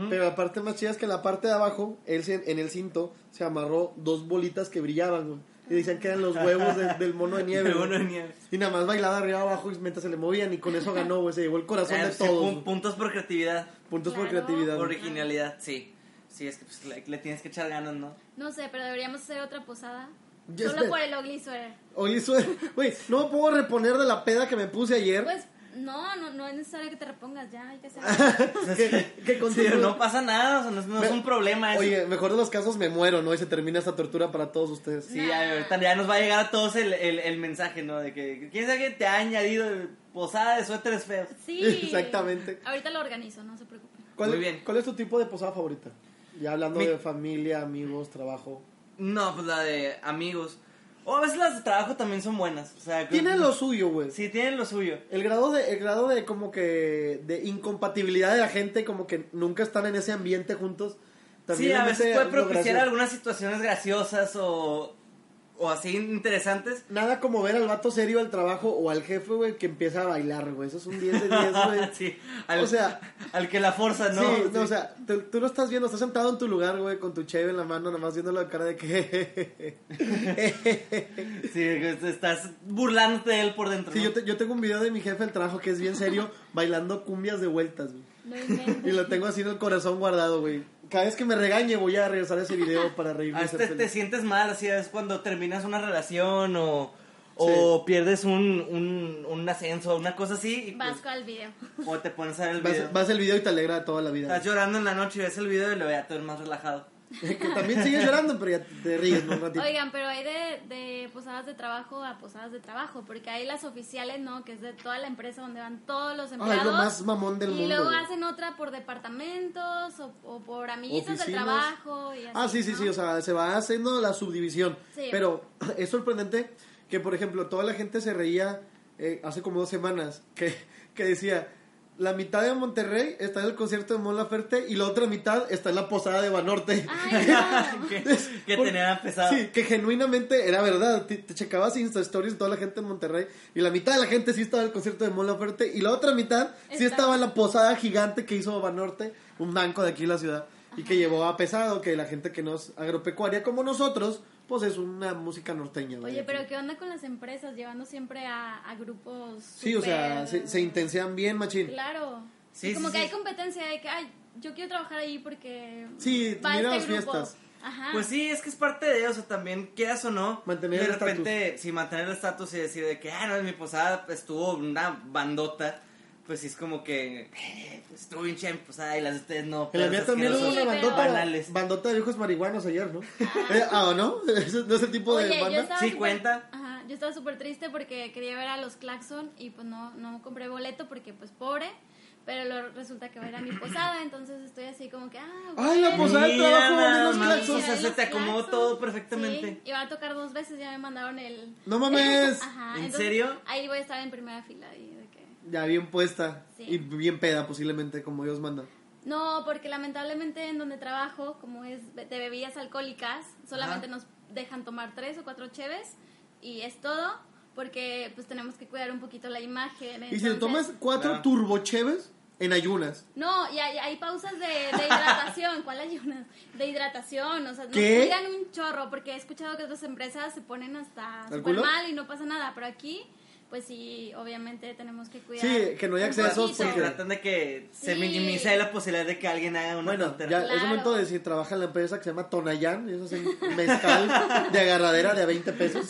B: pero la parte más chida es que en la parte de abajo, él se- en el cinto, se amarró dos bolitas que brillaban, güey. Y decían que eran los huevos de- del mono de nieve.
A: Del mono
B: güey.
A: de nieve.
B: Y nada más bailaba arriba abajo y mientras se le movían y con eso ganó, güey. Se llevó el corazón
A: Ah,
B: de
A: sí,
B: todos.
A: pun-
B: güey.
A: puntos por creatividad.
B: Puntos por
C: Claro.
B: creatividad. güey.
A: Originalidad, sí. Sí, es que pues, le, le tienes que echar ganas, ¿no?
C: No sé, pero deberíamos hacer otra posada.
B: Ya
C: Solo
B: sé.
C: por el ugly sweater.
B: Oye, eso- güey, no me puedo reponer de la peda que me puse ayer.
C: Pues No, no, no es necesario que te repongas ya, hay que hacer.
B: que, que
A: Sí,
B: continúe.
A: no pasa nada, o sea, no, es- no es
B: Me-
A: un problema. es-
B: Oye, mejor de los casos me muero, ¿no? Y se termina esta tortura para todos ustedes.
A: Sí, ya, ahorita ya nos va a llegar a todos el, el, el mensaje, ¿no? De que, ¿quién sabe que te ha añadido posada de suéteres feos?
C: Sí.
B: Exactamente.
C: Ahorita lo organizo, no se preocupen.
B: ¿Cuál,
A: Muy bien.
B: ¿Cuál es tu tipo de posada favorita? Ya hablando
A: Mi-
B: de familia, amigos, trabajo.
A: No, pues la de amigos. O a veces las de trabajo también son buenas. O sea, que-
B: Tiene lo suyo, güey.
A: Sí, tienen lo suyo.
B: El grado de, el grado de como que de incompatibilidad de la gente, como que nunca están en ese ambiente juntos.
A: sí, a
B: le
A: veces
B: mete
A: puede
B: algo
A: propiciar
B: gracioso.
A: algunas situaciones graciosas o, o así interesantes.
B: Nada como ver al vato serio al trabajo o al jefe, güey, que empieza a bailar, güey. Eso es un 10 de 10, güey.
A: sí, al,
B: O sea-
A: al que la forza, ¿no?
B: Sí,
A: Sí.
B: no, o sea, tú, tú lo estás viendo, estás sentado en tu lugar, güey, con tu cheve en la mano, nada más viéndolo de cara de que...
A: Sí, que te estás burlándote de él por dentro.
B: sí,
A: ¿no?
B: yo, te- yo tengo un video de mi jefe del trabajo que es bien serio, bailando cumbias de vueltas, güey.
C: No
B: Y
C: inventes.
B: lo tengo así en el corazón guardado, güey. Cada vez que me regañe voy a regresar a ese video para reírme. y
A: Hasta
B: ser
A: te,
B: feliz.
A: sientes mal, así es cuando terminas una relación o, o pierdes un, un, un ascenso, una cosa así. y pues,
C: Vasco al video.
A: o te pones a ver el video. Ah,
B: Vas, vas el video y te alegra toda la vida.
A: Estás llorando en la noche y ves el video y lo veas todo más relajado.
B: güey. que también sigues llorando, pero ya te ríes, ¿no? Un ratito.
C: Oigan, pero hay de, de posadas de trabajo a posadas de trabajo, porque hay las oficiales, ¿no? Que es de toda la empresa donde van todos los
B: Ah,
C: empleados.
B: es lo más mamón del
C: y
B: mundo.
C: luego
B: güey.
C: hacen otra por departamentos o, o por amiguitos del
B: Oficinas.
C: trabajo. Y así,
B: Ah, sí, sí,
C: ¿no?
B: sí, o sea, se va haciendo la subdivisión.
C: Sí.
B: Pero es sorprendente que, por ejemplo, toda la gente se reía eh, hace como dos semanas que, que decía, la mitad de Monterrey está en el concierto de Mon Laferte y la otra mitad está en la posada de Banorte.
C: Ay, no.
A: que que
B: Ah. Por-
A: tenía pesado.
B: Sí, que genuinamente era verdad. Te, te checabas Insta Stories de toda la gente en Monterrey y la mitad de la gente sí estaba en el concierto de Mon Laferte y la otra mitad sí
C: Está-
B: estaba en la posada gigante que hizo Banorte, un banco de aquí en la ciudad, y que llevó a pesado que la gente que no es agropecuaria como nosotros, pues es una música norteña. güey.
C: Oye, pero ¿qué onda con las empresas llevando siempre a, a grupos?
B: Sí, o sea,
C: súper-
B: se, se intensean bien, machín.
C: Claro.
A: Sí,
C: Y como
A: sí,
C: que
A: sí.
C: hay competencia de que, ay, yo quiero trabajar ahí porque.
B: Sí,
C: va
B: mira
C: este
B: las
C: grupo.
B: fiestas.
C: Ajá.
A: Pues sí, es que es parte de, o sea, también quieras o no,
B: Mantener
A: de
B: el
A: repente, si mantener el estatus y decir de que, ah, no, en mi posada estuvo una bandota, pues sí es como que, eh, pues, estuvo bien chida mi posada y las de ustedes no.
B: En la
A: pero
B: mía
A: esas
B: también
A: que no
B: hubo
C: Sí,
B: una
A: son
C: pero-
B: bandota,
A: banales.
B: bandota de viejos marihuanos ayer, ¿no? Eh, Ah, ¿o no? ¿Ese- ¿No es el tipo de
C: Oye, yo
B: banda?
C: estaba
A: Sí,
C: súper-
A: cuenta.
C: Ajá, yo estaba súper triste porque quería ver a los Claxon y pues no, no compré boleto porque pues pobre, pero lo- resulta que va a ir a mi posada, entonces estoy así como que, ah,
B: Ay, la
C: bueno.
B: posada del
A: Mira
B: trabajo,
A: nada
B: de los
A: más,
B: claxons.
A: o sea,
C: ahí
A: se
C: los
A: te acomodó
C: Claxon.
A: todo perfectamente.
C: Sí, y va a tocar dos veces, ya me mandaron el...
B: No mames.
C: Ajá,
A: ¿En
C: entonces,
A: serio?
C: Ahí voy a estar en primera fila y de que...
B: Ya bien puesta
C: Sí.
B: y bien peda posiblemente, como Dios manda.
C: No, porque lamentablemente en donde trabajo, como es be- de bebidas alcohólicas, solamente
A: Ajá.
C: nos dejan tomar tres o cuatro cheves y es todo, porque pues tenemos que cuidar un poquito la imagen.
B: y si te
C: entonces-
B: tomas cuatro
A: Claro.
B: turbocheves en ayunas.
C: No, y hay, hay pausas de, de hidratación, ¿cuál ayunas? De hidratación, o sea, nos
B: ¿Qué?
C: cuidan un chorro, porque he escuchado que otras empresas se ponen hasta
B: ¿Al
C: super
B: culo?
C: mal y no pasa nada, pero aquí, pues sí, obviamente tenemos que cuidar.
B: Sí, que no haya
C: un
B: accesos,
C: poquito.
A: Sí,
B: porque-
A: tratan de que se
C: Sí.
A: minimice la posibilidad de que alguien haga una
B: Bueno, ya
A: tontería.
B: es
C: Claro.
B: momento de decir, trabaja en la empresa que se llama Tonayán, y eso es un mezcal de agarradera de 20 pesos.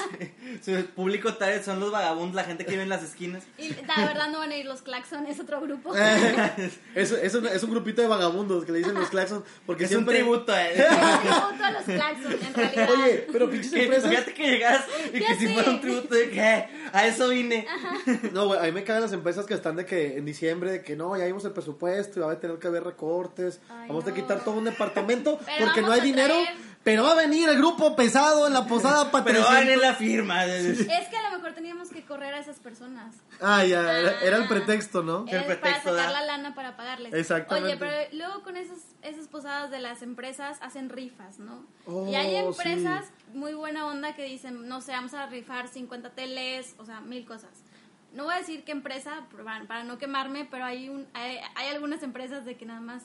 A: Su público target son los vagabundos, la gente que vive en las esquinas.
C: Y la verdad no van a ir los claxones, es otro grupo.
B: Ah, es, es, un, es un grupito de vagabundos que le dicen los claxons, porque
A: es
B: siempre...
A: un tributo, eh.
C: Es tributo a los claxons, en realidad.
B: Oye, pero pinches
A: Que-
B: empresas...
A: fíjate que llegas y
C: Ya
A: que si
C: sé.
A: fuera un tributo de que "Eh, a eso vine.
B: No, güey, a mí me cagan las empresas que están de que en diciembre, de que no, ya vimos el presupuesto y va a tener que haber recortes,
C: Ay,
B: vamos a
C: no.
B: quitar todo un departamento
C: Pero
B: porque no
C: vamos
B: hay
C: a
B: dinero,
C: traer-
B: pero va a venir el grupo pesado en la posada para
A: Pero van
B: 300.
A: en la firma.
C: Es que a lo mejor teníamos que correr a esas personas.
B: Ah, ya, era, era el pretexto, ¿no?
A: Eh.
C: Era para
A: pretexto,
C: sacar
A: ¿da?
C: la lana para pagarles.
B: Exactamente.
C: Oye, pero luego con esas, esas posadas de las empresas hacen rifas, ¿no?
B: Oh,
C: y hay empresas muy buena onda que dicen, no sé, vamos a rifar 50 teles, o sea, mil cosas. No voy a decir qué empresa, para para no quemarme, pero hay, un, hay, hay algunas empresas de que nada más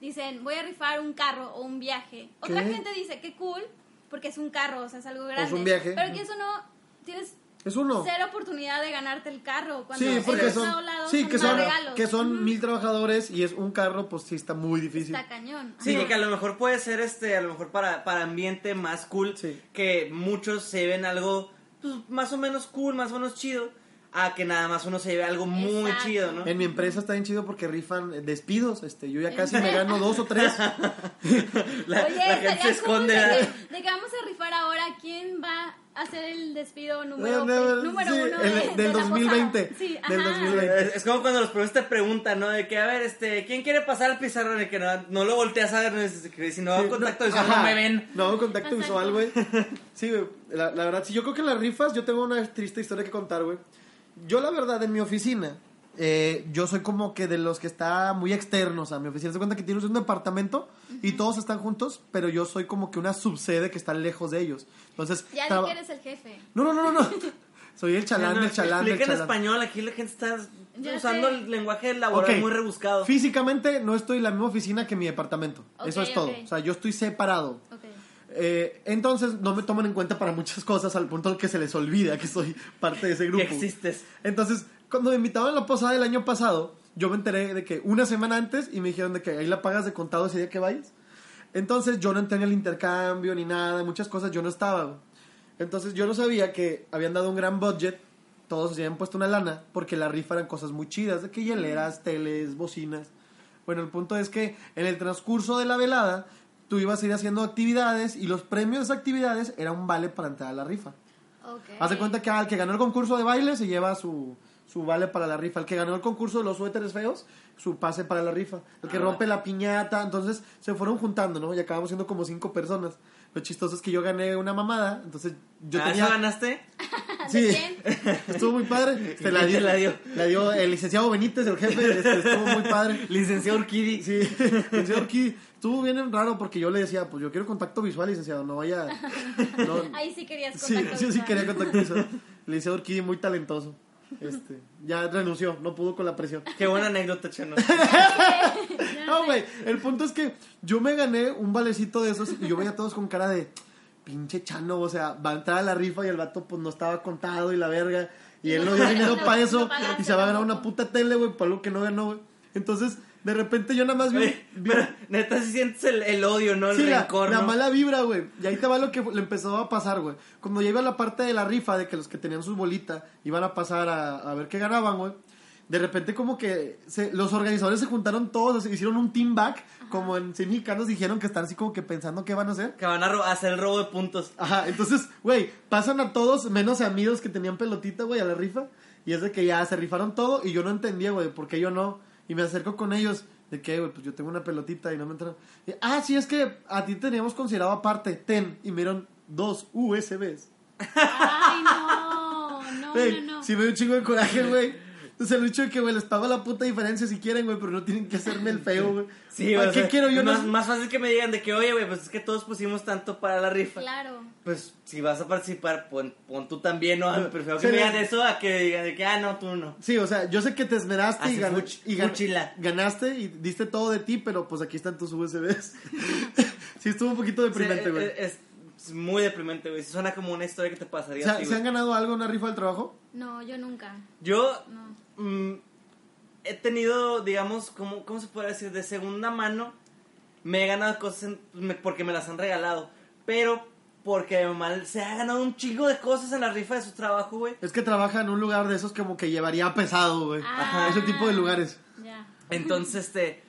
C: dicen, voy a rifar un carro o un viaje. Otra
B: ¿Qué?
C: gente dice, qué cool, porque es un carro, o sea, es algo grande.
B: un viaje.
C: Pero que eso no, tienes
B: Es uno.
C: cero oportunidad de ganarte el carro cuando
B: Sí,
C: en
B: porque
C: otro
B: son,
C: lado
B: sí,
C: son
B: que
C: más
B: son,
C: regalos.
B: que son mil trabajadores y es un carro, pues sí está muy difícil.
C: Está cañón.
A: Sí,
C: Ajá.
A: que a lo mejor puede ser este, a lo mejor para, para ambiente más cool,
B: Sí.
A: que muchos se ven algo pues, más o menos cool, más o menos chido, a que nada más uno se lleve algo muy
C: Exacto.
A: chido, ¿no?
B: En mi empresa está bien chido porque rifan despidos. Este, yo ya casi me gano dos o tres.
A: La,
C: Oye,
A: la gente
C: estaría
A: se
C: como
A: esconde.
C: de,
A: ¿verdad?
C: que- de que vamos a rifar ahora quién va a hacer el despido número,
B: Número-
C: número
B: sí,
C: uno
B: el-
C: de-
B: del
C: de la
B: 2020,
C: posada. Sí,
B: del
C: ajá.
B: 2020.
A: Es, es como cuando los profes te preguntan, ¿no? De que, a ver, este, ¿quién quiere pasar al pizarrón? Y que no, no lo volteas a ver, no es- que si no hago contacto visual, no
B: Ajá.
A: me ven.
B: No, contacto
C: Exacto.
B: visual, güey. Sí, güey. La, la verdad, sí, yo creo que en las rifas yo tengo una triste historia que contar, güey. Yo, la verdad, en mi oficina, eh, yo soy como que de los que está muy externos a mi oficina. Se cuenta que tienes un departamento y todos están juntos, pero yo soy como que una subsede que está lejos de ellos. Entonces,
C: Ya
B: traba-
C: di que eres el jefe.
B: no, no, no, no, no. Soy el chalán,
A: No,
B: del chalán, del
A: Explica en
B: chalán.
A: español, aquí la gente está
C: Ya
A: usando
C: sé.
A: el lenguaje laboral
B: Ok.
A: muy rebuscado.
B: Físicamente no estoy en la misma oficina que mi departamento.
C: Ok,
B: Eso es todo.
C: ok.
B: O sea, yo estoy separado.
C: Ok.
B: Eh, entonces no me toman en cuenta para muchas cosas al punto que se les olvida que soy parte de ese
A: Que
B: grupo.
A: existes.
B: Entonces, cuando me invitaban a la posada del año pasado, yo me enteré de que una semana antes y me dijeron de que ahí la pagas de contado ese día que vayas. Entonces yo no entré en el intercambio ni nada, muchas cosas yo no estaba. güey. Entonces yo no sabía que habían dado un gran budget, todos se habían puesto una lana, porque la rifa eran cosas muy chidas, de que hieleras, teles, bocinas. Bueno, el punto es que en el transcurso de la velada, tú ibas a ir haciendo actividades y los premios de actividades era un vale para entrar a la rifa.
C: Ok.
B: Haz de cuenta que al que ganó el concurso de baile se lleva su, su vale para la rifa. El que ganó el concurso de los suéteres feos, su pase para la rifa. El que
A: Ah.
B: rompe la piñata. Entonces se fueron juntando, ¿no? Y acabamos siendo como cinco personas. Lo chistoso es que yo gané una mamada. Entonces yo
A: Ah,
B: tenía.
A: ¿Eso ganaste?
B: Sí.
C: ¿De quién?
B: Estuvo muy padre. Se la
A: ¿Quién
B: dio,
A: te la dio?
B: la dio el licenciado Benítez, el jefe. este, estuvo muy padre.
A: Licenciado Urquidi.
B: Sí, el señor Key estuvo bien raro porque yo le decía, pues yo quiero contacto visual, licenciado, no vaya... no-
C: Ahí sí querías
B: Sí,
C: contacto
B: yo sí
C: visual.
B: quería contacto visual. Le hice a Urquidi muy talentoso. Este, ya renunció, no pudo con la presión.
A: Qué buena anécdota, Chano.
C: Ya
B: No,
C: sé.
B: güey, el punto es que yo me gané un valecito de esos y yo veía a todos con cara de pinche chano, o sea, va a entrar a la rifa y el vato pues no estaba contado y la verga. Y él no dio dinero
C: No,
B: para
C: no
B: eso
C: pagaste
B: y se va a ganar
C: tampoco.
B: una puta tele, güey, para lo que no ganó, güey. Entonces, de repente yo nada más vi...
A: Oye,
B: vi-
A: pero neta sí sientes el, el odio, ¿no? El
B: Sí, la,
A: rencor,
B: la
A: ¿no?
B: mala vibra, güey. Y ahí te va lo que le empezó a pasar, güey. Cuando ya iba la parte de la rifa, de que los que tenían sus bolitas iban a pasar a, a ver qué ganaban, güey. De repente como que se- los organizadores se juntaron todos, así, hicieron un team back, como en 100 mexicanos dijeron que están así como que pensando qué van a hacer.
A: Que van a ro- a hacer el robo de puntos.
B: Ajá, entonces, güey, pasan a todos, menos a mí los que tenían pelotita, güey, a la rifa. Y es de que ya se rifaron todo y yo no entendía, güey, por qué yo no. Y me acerco con ellos, de que, güey, pues yo tengo una pelotita y no me entraron. Y, ah, sí, es que a ti teníamos considerado aparte, ten. Y me dieron dos USBs.
C: Ay, no. No,
B: Güey,
C: no, no.
B: sí me dio un chingo de coraje, güey. Entonces el hecho de que, güey, les pago la puta diferencia si quieren, güey, pero no tienen que hacerme el feo, güey.
A: Sí,
B: ¿Para
A: o
B: qué
A: sea,
B: quiero yo?
A: Más,
B: no-
A: más fácil que me digan de que, oye, güey, pues es que todos pusimos tanto para la rifa.
C: Claro.
A: Pues si vas a participar, pon, pon tú también, ¿no? Ah, Prefiero que
B: Se
A: me
B: le-
A: digan eso a que digan de que, ah, no, tú no.
B: Sí, o sea, yo sé que te esmeraste y,
A: Hace
B: gan-
A: fuch-
B: y gan-
A: fuchila.
B: ganaste y diste todo de ti, pero pues aquí están tus USBs. sí, estuvo un poquito
A: O sea,
B: deprimente, güey.
A: e, es, es- es muy deprimente, güey. Suena como una historia que te pasaría
B: ¿Se,
A: a ti,
B: se
A: eh, güey.
B: han ganado algo en una rifa del trabajo?
C: No, yo nunca.
A: Yo
C: No.
A: mm, he tenido, digamos, ¿cómo, ¿cómo se puede decir? De segunda mano, me he ganado cosas en- me- porque me las han regalado. Pero porque mi mamá se ha ganado un chingo de cosas en la rifa de su trabajo, güey.
B: Es que trabaja en un lugar de esos como que llevaría pesado, güey.
C: Ah.
B: Ese tipo de lugares.
C: Ya.
A: Entonces, este,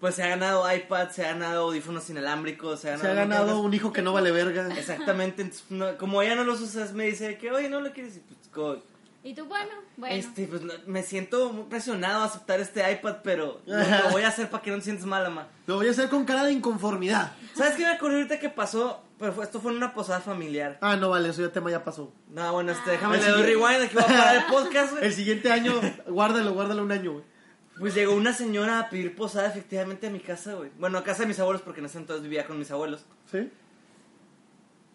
A: pues se ha ganado iPad, se ha ganado audífonos inalámbricos, se ha ganado...
B: Se ha ganado un hijo que no vale verga.
A: Exactamente, entonces, no, como ella no los usa, me dice que, oye, no lo quieres, y pues, co-
C: Y tú, bueno, bueno.
A: Este, pues, no- me siento muy presionado a aceptar este iPad, pero lo, lo voy a hacer para que no te sientes mal, mamá.
B: Lo voy a hacer con cara de inconformidad.
A: ¿Sabes qué me acordé ahorita que pasó? Pero fue- esto fue en una posada familiar.
B: Ah, no vale, eso ya tema ya pasó.
A: No, bueno, este,
C: Ah.
A: déjame
B: El
A: le doy
B: siguiente.
A: rewind, aquí voy a parar el podcast, güey.
B: El siguiente año, guárdalo, guárdalo un año, güey.
A: Pues llegó una señora a pedir posada efectivamente a mi casa, güey. Bueno, a casa de mis abuelos, porque en ese entonces vivía con mis abuelos.
B: ¿Sí?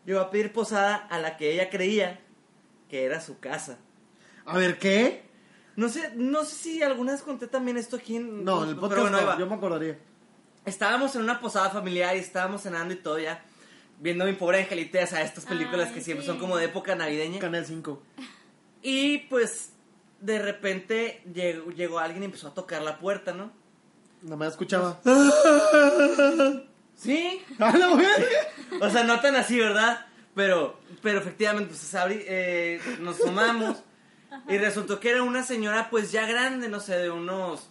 A: Llegó a pedir posada a la que ella creía que era su casa.
B: A ver, ¿qué?
A: No sé, no sé si alguna vez conté también esto aquí en...
B: No, el
A: pero
B: podcast
A: bueno, ahí
B: no,
A: va.
B: yo me acordaría.
A: Estábamos en una posada familiar y estábamos cenando y todo ya. Viendo mi pobre angelita, ya sabes, estas películas
C: Ay,
A: que siempre
C: sí.
A: son como de época navideña.
B: Canal 5.
A: Y pues de repente llegó, llegó alguien y empezó a tocar la puerta, ¿no?
B: Nada más escuchaba.
A: Sí.
B: ¡A la verga!
A: O sea, no tan así, ¿verdad? Pero, pero efectivamente, pues abrí- eh, nos sumamos. Y resultó que era una señora pues ya grande, no sé, de unos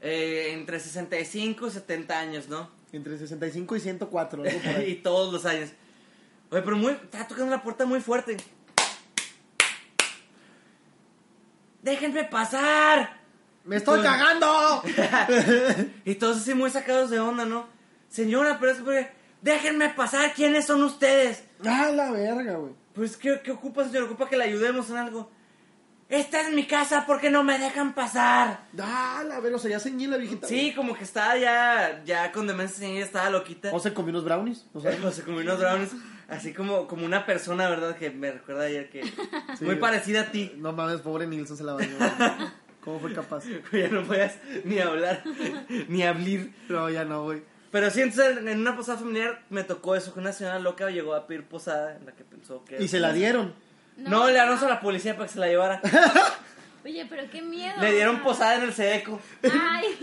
A: eh, entre 65 y 70 años, ¿no?
B: Entre 65 y 104, algo por
A: y
B: ahí.
A: todos los años. Oye, pero muy, está tocando la puerta muy fuerte. ¡Déjenme pasar!
B: ¡Me estoy cagando!
A: Y todos así muy sacados de onda, ¿no? Señora, pero es que... ¡Déjenme pasar! ¿Quiénes son ustedes?
B: ¡Ah, la verga, güey!
A: Pues, ¿qué, qué ocupa, señor? ¿Ocupa que le ayudemos en algo? ¡Esta es mi casa! ¿Por qué no me dejan pasar?
B: ¡Ah, la verga! O sea, ya ceñí la viejita.
A: Sí, como que estaba ya, ya con demencia señora, estaba loquita.
B: güey. O se comió unos brownies. O sea,
A: O sea, como unos brownies, así como, como una persona, ¿verdad? Que me recuerda ayer que... muy parecida a ti.
B: no mames, pobre Nilsson se la bañó. güey. ¿Cómo fue capaz?
A: Ya no podías ni hablar, ni hablar.
B: No, ya no, güey.
A: Pero sí, entonces, en en una posada familiar me tocó eso, que una señora loca llegó a pedir posada en la que pensó que...
B: Y se la dieron.
A: No, le dieron a la policía para que se la llevara.
C: Oye, pero qué miedo.
A: Le dieron
C: Ah.
A: posada en el Sedeco.
C: Ay,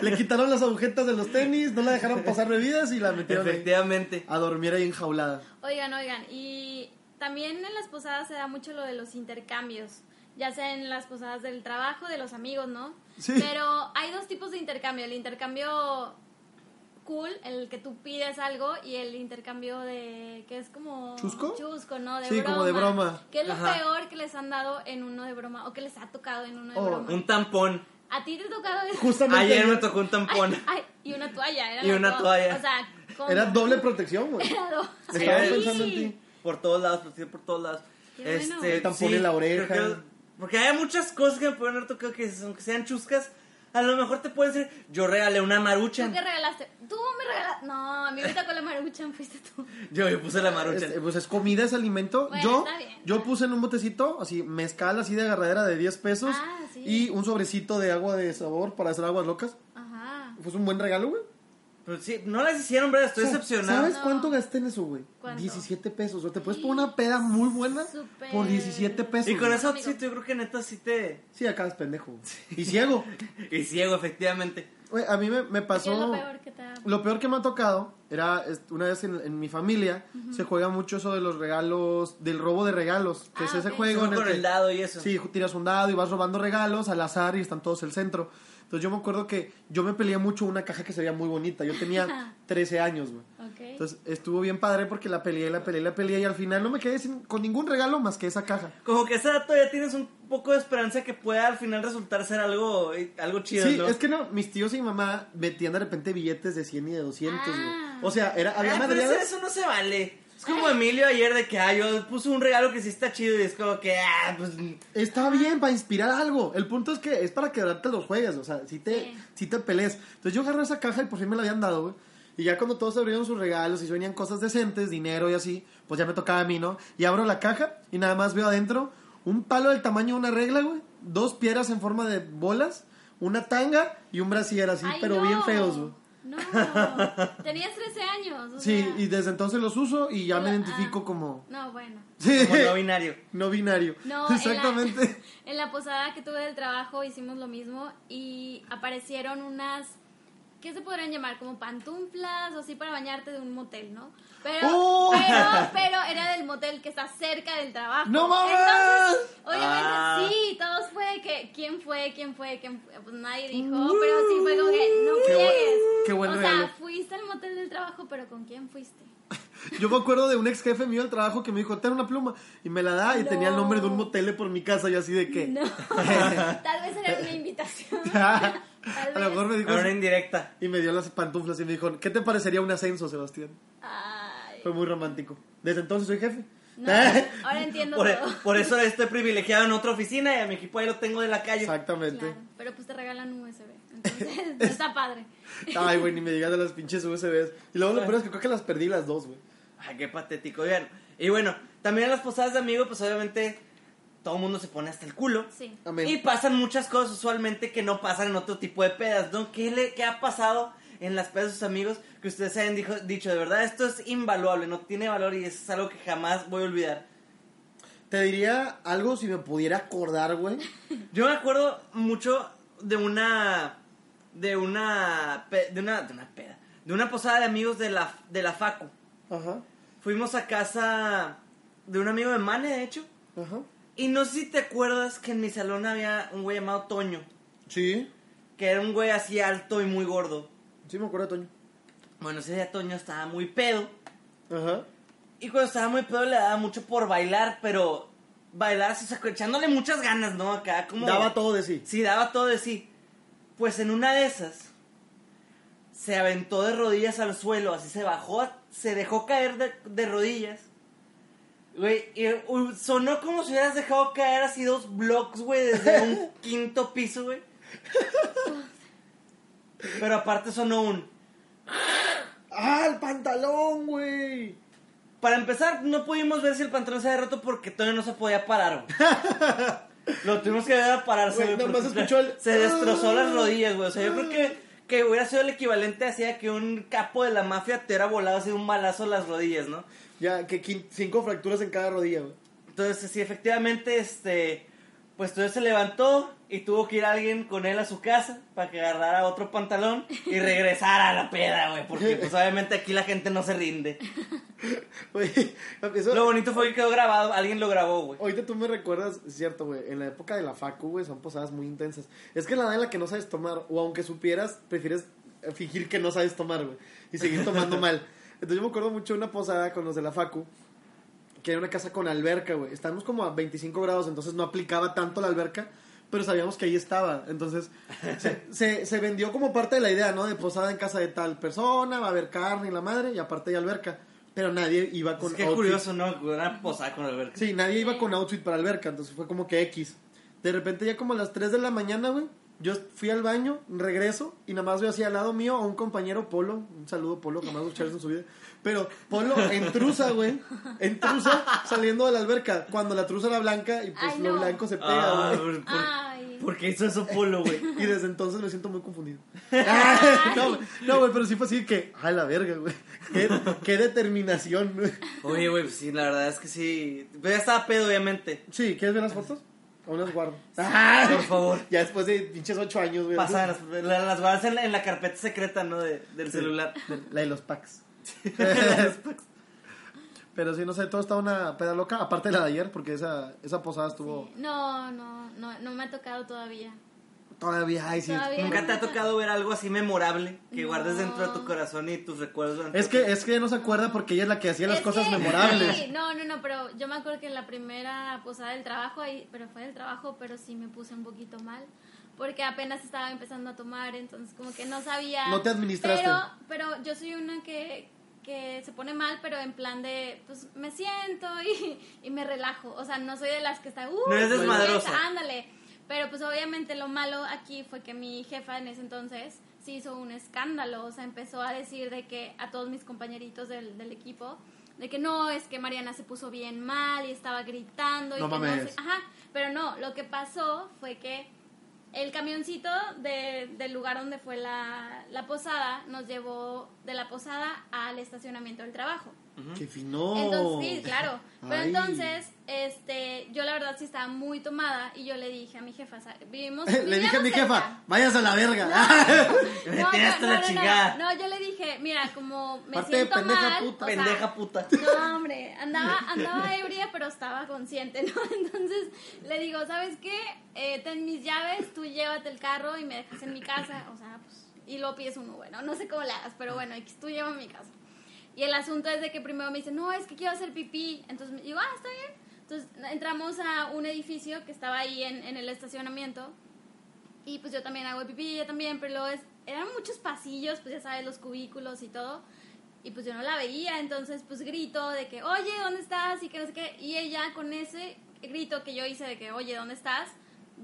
B: Le quitaron las agujetas de los tenis, no la dejaron pasar bebidas y la metieron ahí
A: Efectivamente.
B: a dormir ahí enjaulada.
C: oigan, oigan. Y también en las posadas se da mucho lo de los intercambios. Ya sea en las posadas del trabajo, de los amigos, ¿no?
B: Sí.
C: Pero hay dos tipos de intercambio. El intercambio cool, el que tú pides algo, y el intercambio de... que es como...
B: ¿Chusco?
C: Chusco, ¿no? De
B: Sí,
C: broma.
B: como de broma.
C: Que es lo
A: Ajá.
C: peor que les han dado en uno de broma? ¿O que les ha tocado en uno de
B: Oh,
C: broma?
A: Un tampón.
C: ¿A ti te ha tocado eso?
B: Justamente
A: Ayer me tocó un tampón.
C: Ay, ay, y una toalla. Era
A: Y
C: la
A: una
C: to-
A: toalla.
C: O sea, ¿cómo?
B: Era doble protección, güey.
C: Era do-
A: Sí,
B: Estaba
A: sí.
B: pensando en ti.
A: Por todos lados, por, por todos lados.
C: Qué bueno.
A: Este,
B: Tampón en la oreja.
A: creo que- porque hay muchas cosas que me pueden haber tocado que aunque sean chuscas, a lo mejor te pueden decir, yo regalé una
C: ¿Tú qué
A: marucha.
C: regalaste? Tú me regalaste. No, a mí ahorita con la maruchan fuiste tú.
A: Yo, yo puse la marucha.
B: Es- pues es comida, es alimento.
C: Bueno,
B: yo,
C: está bien.
B: yo puse en un botecito, así, mezcal, así de agarradera de 10 pesos.
C: Ah, sí.
B: Y un sobrecito de agua de sabor para hacer aguas locas.
C: Ajá.
B: Fue un buen regalo, güey.
A: Pero Pues sí, no las hicieron, ¿verdad? Estoy decepcionado.
B: ¿Sabes cuánto gasté en eso, güey?
C: ¿Cuánto?
B: 17 pesos. O te puedes poner una peda muy buena
C: Súper.
B: por 17 pesos.
A: Y con
B: güey.
A: esa
C: Amigo.
A: outfit yo creo que neta sí te...
B: Sí, acá es pendejo. güey. Y ciego.
A: Y ciego, efectivamente.
B: Güey, a mí me, me
C: ¿Qué
B: pasó...
C: es lo peor que te ha...
B: Lo peor que me ha tocado era es- una vez en, en mi familia se juega mucho eso de los regalos, del robo de regalos, que
C: Ah,
B: es ese
C: ok.
B: juego en
A: Con
B: que-
A: el dado y eso.
B: Sí, tiras un dado y vas robando regalos al azar y están todos el centro. Entonces yo me acuerdo que yo me peleé mucho una caja que se veía muy bonita. Yo tenía 13 años, güey.
C: Ok.
B: Entonces estuvo bien padre porque la peleé, la peleé, la peleé y al final no me quedé sin- con ningún regalo más que esa caja.
A: Como que a esa edad todavía tienes un poco de esperanza que pueda al final resultar ser algo, algo chido,
B: Sí,
A: ¿no?
B: es que no, mis tíos y mi mamá metían de repente billetes de 100 y de 200, güey.
C: Ah.
B: O sea, era, había
A: Ah, pero
B: madreadas.
A: eso, eso no se vale. Es como Emilio ayer de que, ah, yo puse un regalo que sí está chido y es como que, ah, pues...
B: Está bien para inspirar algo. El punto es que es para quebrarte los juegos. O sea, si te,
C: Sí.
B: si te pelees. Entonces yo agarré esa caja y por fin me la habían dado, güey. Y ya cuando todos abrieron sus regalos y se venían cosas decentes, dinero y así, pues ya me tocaba a mí, ¿no? Y abro la caja y nada más veo adentro un palo del tamaño de una regla, güey. Dos piedras en forma de bolas, una tanga y un brasier así,
C: Ay,
B: pero
C: no.
B: bien feos, güey.
C: No. Tenías 13 años. o
B: Sí,
C: sea.
B: y desde entonces los uso y ya me
C: Ah.
B: identifico como...
C: No, bueno.
B: Sí,
A: Como no binario.
B: no binario.
C: No, en la-
B: Exactamente.
C: En la, posada que tuve del trabajo hicimos lo mismo y aparecieron unas, ¿qué se podrían llamar? Como pantuflas o así para bañarte de un motel, ¿no? Pero,
B: ¡Oh!
C: pero, pero era del motel que está cerca del trabajo.
B: ¡No mames!
C: Entonces, obviamente
A: Ah.
C: sí, todos fue que, ¿quién fue? ¿Quién fue? ¿Quién fue? Pues nadie dijo, pero sí fue como que no
B: Uh. Qué bu-
C: llegues.
B: qué buen
C: o
B: regalo.
C: sea, fuiste al motel del trabajo, pero ¿con quién fuiste?
B: Yo me acuerdo de un ex jefe mío del trabajo que me dijo, ten una pluma. Y me la da y
C: No.
B: tenía el nombre de un motel por mi casa. Yo así de que...
C: No, tal vez era una invitación.
B: a
C: Tal
B: lo mejor me dijo...
A: Ahora en directa.
B: Y me dio las pantuflas y me dijo, ¿qué te parecería un ascenso, Sebastián?
C: Ay.
B: Fue muy romántico. Desde entonces soy jefe.
C: No, pues, ahora entiendo todo.
A: Por, por eso estoy privilegiado en otra oficina y a mi equipo ahí lo tengo de la calle.
B: Exactamente.
C: Claro, pero pues te regalan un USB. Entonces, no está padre.
B: Ay, güey, ni me digas de las pinches USBs. Y luego lo peor es que creo que las perdí las dos, güey.
A: Ay, qué patético. Oigan, y bueno, también en las posadas de amigos, pues obviamente todo el mundo se pone hasta el culo.
C: Sí.
B: Amén.
A: Y pasan muchas cosas usualmente que no pasan en otro tipo de pedas, ¿no? ¿Qué, le, qué ha pasado en las pedas de sus amigos que ustedes hayan dijo- dicho, de verdad, esto es invaluable, no tiene valor y es algo que jamás voy a olvidar?
B: Te diría algo si me pudiera acordar, güey.
A: Yo me acuerdo mucho de una. De una. pe- De una. De una peda. De una posada de amigos de la, de la FACU.
B: Ajá,
A: Fuimos a casa de un amigo de Mane, de hecho.
B: ajá.
A: Y no sé si te acuerdas que en mi salón había un güey llamado Toño,
B: Sí,
A: que era un güey así alto y muy gordo.
B: sí me acuerdo, Toño.
A: Bueno, ese día Toño estaba muy pedo.
B: Ajá.
A: Y cuando estaba muy pedo le daba mucho por bailar, pero bailar, así, o sea, echándole muchas ganas, ¿no? Acá como...
B: Daba todo de sí.
A: Sí, daba todo de sí. Pues en una de esas, se aventó de rodillas al suelo, así se bajó, se dejó caer de, de rodillas. Güey, y, uh, sonó como si hubieras dejado caer así dos blocks, güey, desde un quinto piso, güey. Pero aparte sonó un...
B: ¡Ah, el pantalón, güey!
A: Para empezar, no pudimos ver si el pantalón se había roto porque todavía no se podía parar, güey. Lo tuvimos que ver a pararse,
B: Güey,
A: güey.
B: nomás
A: porque
B: escuchó el- Ah.
A: Se destrozó las rodillas, güey. O sea, yo creo que, que hubiera sido el equivalente así a que un capo de la mafia te hubiera volado así un balazo a las rodillas, ¿no?
B: Ya, que quin- cinco fracturas en cada rodilla, güey.
A: Entonces, sí, efectivamente, este... Pues entonces se levantó y tuvo que ir alguien con él a su casa para que agarrara otro pantalón y regresara a la peda, güey. Porque, pues, obviamente aquí la gente no se rinde.
B: Güey, eso-
A: Lo bonito fue que quedó grabado. Alguien lo grabó, güey.
B: Ahorita tú me recuerdas, es cierto, güey, en la época de la facu, güey, son posadas muy intensas. Es que la edad en la que no sabes tomar, o aunque supieras, prefieres eh, fingir que no sabes tomar, güey, y seguir tomando mal. Entonces yo me acuerdo mucho de una posada con los de la facu, que era una casa con alberca, güey. Estábamos como a 25 grados, entonces no aplicaba tanto la alberca, pero sabíamos que ahí estaba. Entonces se, se- se vendió como parte de la idea, ¿no? De posada en casa de tal persona, va a haber carne y la madre, y aparte hay alberca. Pero nadie iba con
A: Es que
B: outfit.
A: Pues curioso, ¿no? Una posada con alberca.
B: Sí, nadie iba con outfit para alberca, entonces fue como que X. De repente ya como a las 3 de la mañana, güey, yo fui al baño, regreso y nada más veo así al lado mío a un compañero Polo, un saludo Polo, jamás escuchar en su vida, pero Polo en trusa, güey, en trusa saliendo de la alberca, cuando la trusa era blanca y pues
C: Ay,
B: lo
C: no.
B: blanco se pega,
A: Ah,
B: güey.
A: ¿por, por-
C: Ay.
A: por qué hizo eso Polo, güey?
B: Y desde entonces me siento muy confundido. no, güey, no, güey, pero sí fue así que, ay, la verga, güey. Qué, qué determinación, güey.
A: Oye, güey, pues sí, la verdad es que sí. Pero ya estaba pedo, obviamente.
B: Sí, ¿quieres ver las fotos? Aún las guardo.
A: Por favor.
B: Ya después de pinches ocho años, güey.
A: Pasa, las, la- las guardas en la, en la carpeta secreta, ¿no? De- del celular.
B: La de los packs. Pero sí, no sé, todo está una peda loca. Aparte de la de ayer, porque esa, esa posada estuvo
C: No, no, no, no me ha tocado todavía.
B: todavía. Ay, sí.
C: Todavía.
A: ¿Nunca te ha tocado ver algo así memorable que
C: No.
A: guardes dentro de tu corazón y tus recuerdos? durante-
B: Es que, es que no se acuerda porque ella es la que hacía las
C: Es
B: cosas
C: que-
B: memorables.
C: sí, no, no, no, pero yo me acuerdo que en la primera posada del trabajo, ahí, pero fue del trabajo, pero sí me puse un poquito mal. Porque apenas estaba empezando a tomar, entonces como que no sabía.
B: No te administraste.
C: Pero, pero yo soy una que, que se pone mal, pero en plan de, pues me siento y, y me relajo. O sea, no soy de las que está. "Uy,
A: No eres
C: qué
A: desmadrosa.
C: fiesta, Ándale. Pero pues obviamente lo malo aquí fue que mi jefa en ese entonces se hizo un escándalo, o sea, empezó a decir de que a todos mis compañeritos del, del equipo, de que no, es que Mariana se puso bien mal y estaba gritando y
B: No
C: que
B: mames.
C: no sé- ajá, pero no, lo que pasó fue que el camioncito de- del lugar donde fue la, la posada nos llevó de la posada al estacionamiento del trabajo.
B: Que finó.
C: Entonces, sí, claro. Pero
B: Oh. Ay.
C: entonces, este, yo la verdad sí estaba muy tomada y yo le dije a mi jefa, o sea, vivimos...
B: Le dije a mi
C: vivíamos
B: jefa, váyase a la verga.
A: Me metí hasta la chingada.
C: No, yo le dije, mira, como me
B: Parte de
C: siento
B: pendeja
C: mal...
B: puta.
C: o sea,
A: Pendeja puta.
C: no, hombre, andaba, andaba ebria, pero estaba consciente, ¿no? Entonces le digo, ¿sabes qué? Eh, ten mis llaves, tú llévate el carro y me dejas en mi casa. O sea, pues, y luego pides un Uber, ¿no? No sé cómo le hagas, pero bueno, X, tú lleva a mi casa. Y el asunto es de que primero me dice, no, es que quiero hacer pipí. Entonces me digo, ah, está bien. Entonces entramos a un edificio que estaba ahí en, en el estacionamiento. Y pues yo también hago pipí, ella también, pero luego es, eran muchos pasillos, pues ya sabes, los cubículos y todo. Y pues yo no la veía, entonces pues grito de que, oye, ¿dónde estás? Y que no sé qué. Y ella con ese grito que yo hice de que, oye, ¿dónde estás?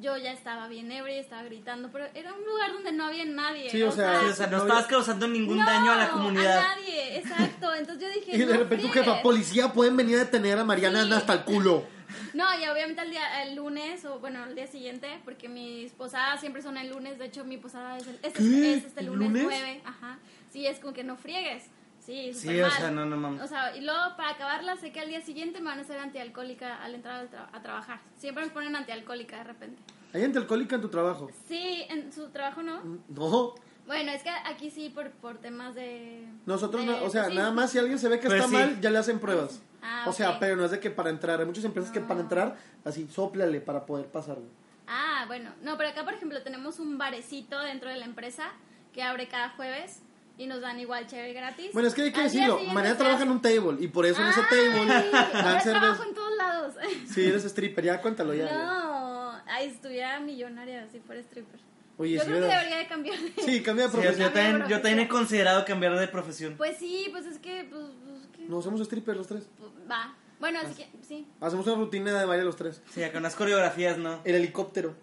C: Yo ya estaba bien ebria y estaba gritando, pero era un lugar donde no había nadie.
B: Sí, o sea,
A: Sí, o sea, no estabas causando ningún
C: no,
A: daño a la comunidad.
C: A nadie, exacto. Entonces yo dije.
B: y de
C: "No
B: repente tu jefa,
C: friegues".
B: policía, pueden venir a detener a Mariana
C: Sí.
B: hasta el culo.
C: No, y obviamente el, día, el lunes, o bueno, el día siguiente, porque mis posadas siempre son el lunes. De hecho, mi posada es, el, es,
B: ¿Qué?
C: es este
B: ¿El
C: lunes,
B: lunes?
C: 9. Ajá. Sí, es como que no friegues. Sí,
A: Sí,
C: supermal.
A: o sea, no, no mames.
C: O sea, y luego para acabarla, sé que al día siguiente me van a hacer antialcohólica al entrar al tra- a trabajar. Siempre me ponen antialcohólica de repente.
B: ¿Hay gente alcohólica en tu trabajo?
C: Sí, en su trabajo no.
B: No.
C: Bueno, es que aquí sí, por, por temas de...
B: Nosotros,
C: de-
B: na- o sea,
C: Pues sí.
B: nada más si alguien se ve que
A: Pues
B: está
A: sí.
B: mal, ya le hacen pruebas.
C: Ah,
B: O sea,
C: ok.
B: pero no es de que para entrar. Hay muchas empresas que para entrar, así, soplale para poder pasarlo.
C: Ah, bueno. No, pero acá, por ejemplo, tenemos un barecito dentro de la empresa que abre cada jueves y nos dan igual chévere gratis.
B: Bueno, es que hay que
C: Al día
B: decirlo.
C: siguiente
B: María
C: se
B: trabaja en
C: hace-
B: un table y por eso en ese
C: Ay,
B: table dan
C: Yo trabajo
B: cerveza.
C: en todos lados.
B: Sí, eres stripper, ya cuéntalo ya. ya.
C: No, ay, estuviera millonaria si fuera stripper.
B: Oye,
C: yo
B: sí,
C: creo que
B: ¿verdad?
C: debería de cambiar. de-
B: Sí, cambia de
A: Sí, yo,
B: profesión.
A: también, yo también he considerado cambiar de profesión.
C: Pues sí, pues es que, pues, pues, que-
B: No, somos strippers los tres.
C: pues, va. Bueno, así que, sí.
B: Hacemos una rutina de baile los tres.
A: Sí, acá unas coreografías, ¿no?
B: El helicóptero.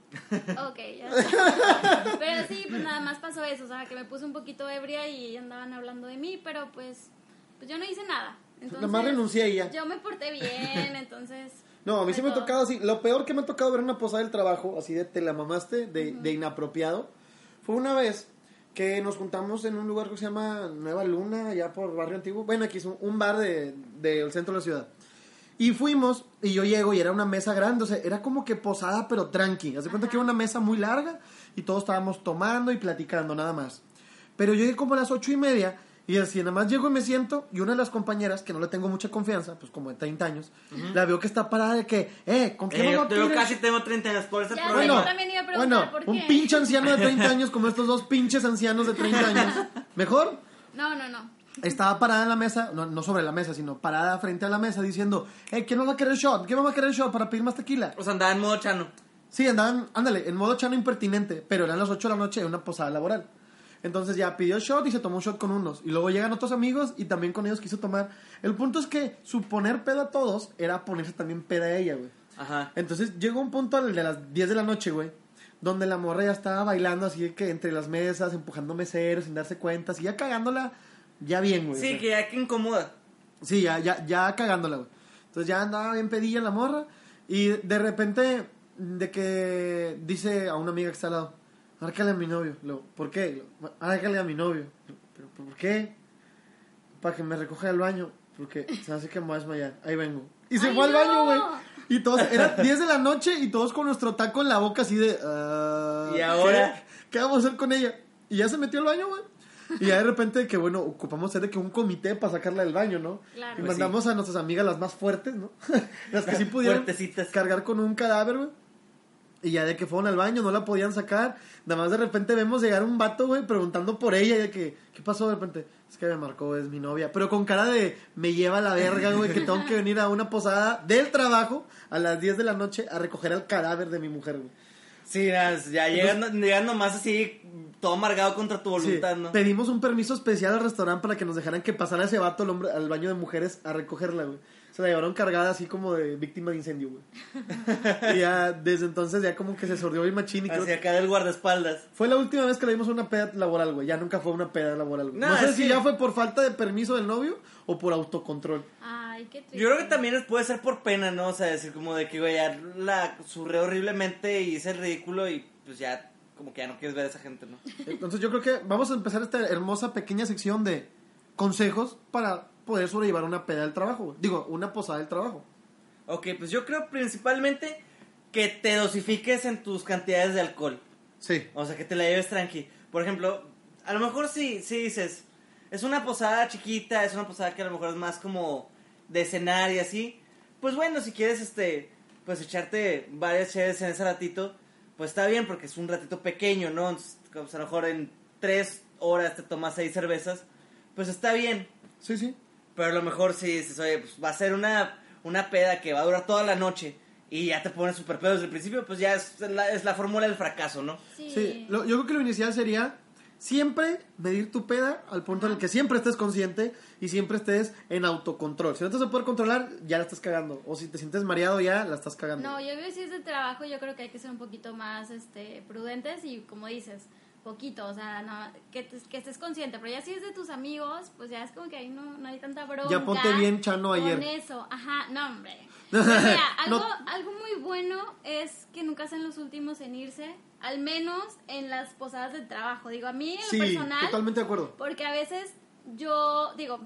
C: Ok, ya. está. pero sí, pues nada más pasó eso, o sea, que me puse un poquito ebria y andaban hablando de mí, pero pues, pues yo no hice nada. Entonces,
B: Nada más renuncié y ya.
C: Yo me porté bien, entonces.
B: No, a mí
C: fue
B: sí me ha
C: todo.
B: tocado así. Lo peor que me ha tocado ver en una posada del trabajo, así de te la mamaste, de, de inapropiado, fue una vez que nos juntamos en un lugar que se llama Nueva Luna, allá por Barrio Antiguo. Bueno, aquí es un, un bar de- del centro de la ciudad. Y fuimos, y yo llego, y era una mesa grande, o sea, era como que posada, pero tranqui. Hace cuenta que era una mesa muy larga, y todos estábamos tomando y platicando, nada más. Pero yo llegué como a las ocho y media y así nada más llego y me siento y una de las compañeras, que no le tengo mucha confianza, pues como de 30 años, la veo que está parada de que, eh, ¿con qué
A: Eh, yo,
B: mamá
A: yo
B: tienes?"
A: casi tengo 30 años por ese
C: Ya,
A: problema.
C: yo también iba a
B: bueno,
C: preguntar por
B: un
C: qué.
B: pinche anciano de 30 años como estos dos pinches ancianos de 30 años. Mejor,
C: No, no, no.
B: estaba parada en la mesa, no, no sobre la mesa, sino parada frente a la mesa diciendo, eh, ¿quién no va a querer shot? ¿Quién no va a querer shot para pedir más tequila?
A: O sea, andaba en modo chano.
B: Sí, andaban, ándale, en modo chano impertinente, pero eran las 8 de la noche en una posada laboral. Entonces ya pidió shot y se tomó un shot con unos. Y luego llegan otros amigos y también con ellos quiso tomar. El punto es que suponer peda a todos era ponerse también peda a ella, güey.
A: Ajá.
B: Entonces llegó un punto al de las 10 de la noche, güey, donde la morra ya estaba bailando así de que entre las mesas, empujando meseros, sin darse cuenta, así ya cagándola, ya bien, güey. o
A: Sí,
B: sea.
A: que ya que incomoda.
B: Sí, ya, ya, ya cagándola, güey. Entonces ya andaba bien pedilla la morra. Y de repente, de que dice a una amiga que está al lado, márcale a mi novio. Luego, ¿por qué? Luego, márcale a mi novio. ¿Pero pero por qué? Para que me recoja del baño. Porque se hace que me voy a desmayar. Ahí vengo. Y se
C: ¡Ay,
B: fue al
C: no!
B: baño, güey. Y todos, eran 10 de la noche y todos con nuestro taco en la boca así de... "Ah,
A: ¿Y ahora?
B: ¿qué, ¿Qué vamos a hacer con ella? Y ya se metió al baño, güey. Y ya de repente que, bueno, ocupamos ser de que un comité para sacarla del baño, ¿no?
C: Claro.
B: Y
C: Pues
B: mandamos a nuestras amigas las más fuertes, ¿no? las que sí pudieron
A: Fuertecitas.
B: cargar con un cadáver, güey. Y ya de que fueron al baño, no la podían sacar. Nada más de repente vemos llegar un vato, güey, preguntando por ella. Y de que, ¿qué pasó de repente? Es que me marcó, es mi novia. Pero con cara de, me lleva a la verga, güey, que tengo que venir a una posada del trabajo a las 10 de la noche a recoger el cadáver de mi mujer, güey.
A: Sí, ya, ya llegando, llegando más así, todo amargado contra tu
B: Sí,
A: voluntad, ¿no?
B: Pedimos un permiso especial al restaurante para que nos dejaran que pasara ese vato al, hombre- al baño de mujeres a recogerla, güey. Se la llevaron cargada así como de víctima de incendio, güey. y ya desde entonces ya como que se sordió el machín y creo
A: Hacia
B: que
A: acá del guardaespaldas.
B: fue la última vez que le dimos una peda laboral, güey. Ya nunca fue una peda laboral, güey. No,
A: No,
B: sé
A: es
B: si
A: que-
B: ya fue por falta de permiso del novio o por autocontrol.
C: Ay, qué triste.
A: Yo creo que también es- puede ser por pena, ¿no? O sea, decir como de que, güey, ya la surré horriblemente y hice el ridículo y pues ya, como que ya no quieres ver a esa gente, ¿no?
B: Entonces yo creo que vamos a empezar esta hermosa pequeña sección de consejos para poder sobrellevar una peda del trabajo, güey. Digo, una posada del trabajo.
A: Ok, pues yo creo principalmente que te dosifiques en tus cantidades de alcohol.
B: Sí.
A: O sea, que te la lleves tranqui. Por ejemplo, a lo mejor si, si dices, es una posada chiquita, es una posada que a lo mejor es más como de cenar y así. Pues bueno, si quieres, este, pues echarte varias cheves en ese ratito, pues está bien, porque es un ratito pequeño, ¿no? Entonces, pues, a lo mejor en tres horas te tomas seis cervezas, pues está bien.
B: Sí, sí.
A: Pero a lo mejor si dices, oye, pues va a ser una, una peda que va a durar toda la noche y ya te pones super pedo desde el principio, pues ya es la, es la fórmula del fracaso, ¿no?
C: Sí.
B: Sí, lo- yo creo que lo inicial sería siempre medir tu peda al punto en el que siempre estés consciente y siempre estés en autocontrol. Si no te vas a poder controlar, ya la estás cagando. O si te sientes mareado, ya la estás cagando.
C: No, yo creo que si es de trabajo, yo creo que hay que ser un poquito más este, prudentes y como dices, poquito, o sea, no- que, te- que estés consciente, pero ya si es de tus amigos, pues ya es como que ahí no, no hay tanta bronca.
B: Ya ponte bien chano ayer.
C: Con eso, ajá, no hombre. Pues Mira, algo,
B: No.
C: algo muy bueno es que nunca sean los últimos en irse, al menos en las posadas de trabajo. Digo, a mí en lo
B: sí,
C: personal, pues,
B: totalmente de acuerdo.
C: porque a veces yo, digo,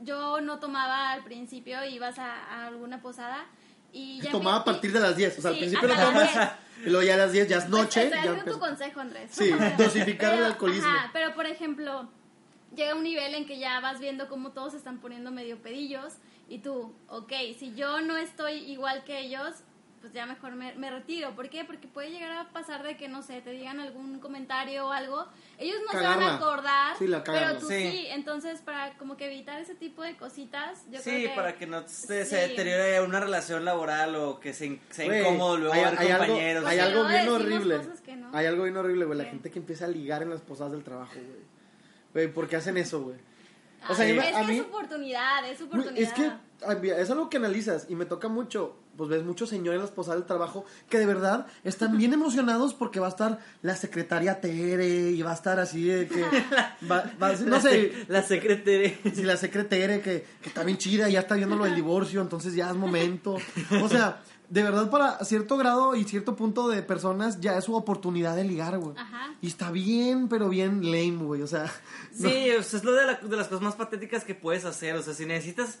C: yo no tomaba al principio, ibas a, a alguna posada y ya...
B: Tomaba
C: me-
B: a partir de las 10, o sea, al
C: Sí,
B: principio no
C: hasta las
B: tomas
C: 10.
B: Y luego ya a las 10 ya es
C: Pues,
B: noche.
C: estoy
B: ya
C: haciendo tu
B: empieza-
C: consejo, Andrés.
B: Sí, dosificar el
C: Pero,
B: alcoholismo.
C: ajá, pero por ejemplo, llega un nivel en que ya vas viendo cómo todos se están poniendo medio pedillos y tú, ok, si yo no estoy igual que ellos, pues ya mejor me, me retiro. ¿Por qué? Porque puede llegar a pasar de que, no sé, te digan algún comentario o algo. Ellos no se van
B: Cagarla.
C: a acordar,
B: Sí, la cagan.
C: pero tú sí.
A: Sí.
C: Entonces, para como que evitar ese tipo de cositas, yo
A: sí,
C: creo que...
A: para que no se, se
C: Sí.
A: deteriore una relación laboral o que se, in- sea
B: Güey,
A: incómodo luego
B: hay-
A: ver
B: hay algo-
A: compañeros.
B: hay
A: sí.
C: Porque
B: algo bien
C: luego Pues, decimos
B: horrible.
C: cosas que no.
B: Hay algo bien horrible, güey. La
C: ¿Qué?
B: gente que empieza a ligar en las posadas del trabajo, güey. Güey, ¿por qué hacen eso, güey? O sea,
C: Ay,
B: iba-
C: es
B: a
C: que
B: mí-
C: es oportunidad, es
B: Güey,
C: oportunidad.
B: Es que ah, mira, es algo que analizas y me toca mucho. Pues ves muchos señores en las posadas del trabajo que de verdad están bien emocionados porque va a estar la secretaria Tere y va a estar así de que. va- va a ser- no
A: La
B: sé,
A: sec- La secretaria.
B: si la secretaria que, que está bien chida, ya está viendo lo del divorcio, entonces ya es momento. O sea, de verdad para cierto grado y cierto punto de personas ya es su oportunidad de ligar, güey.
C: Ajá.
B: Y está bien, pero bien lame, güey. O sea,
A: Sí, o sea, es lo de, la- de las cosas más patéticas que puedes hacer. O sea, si necesitas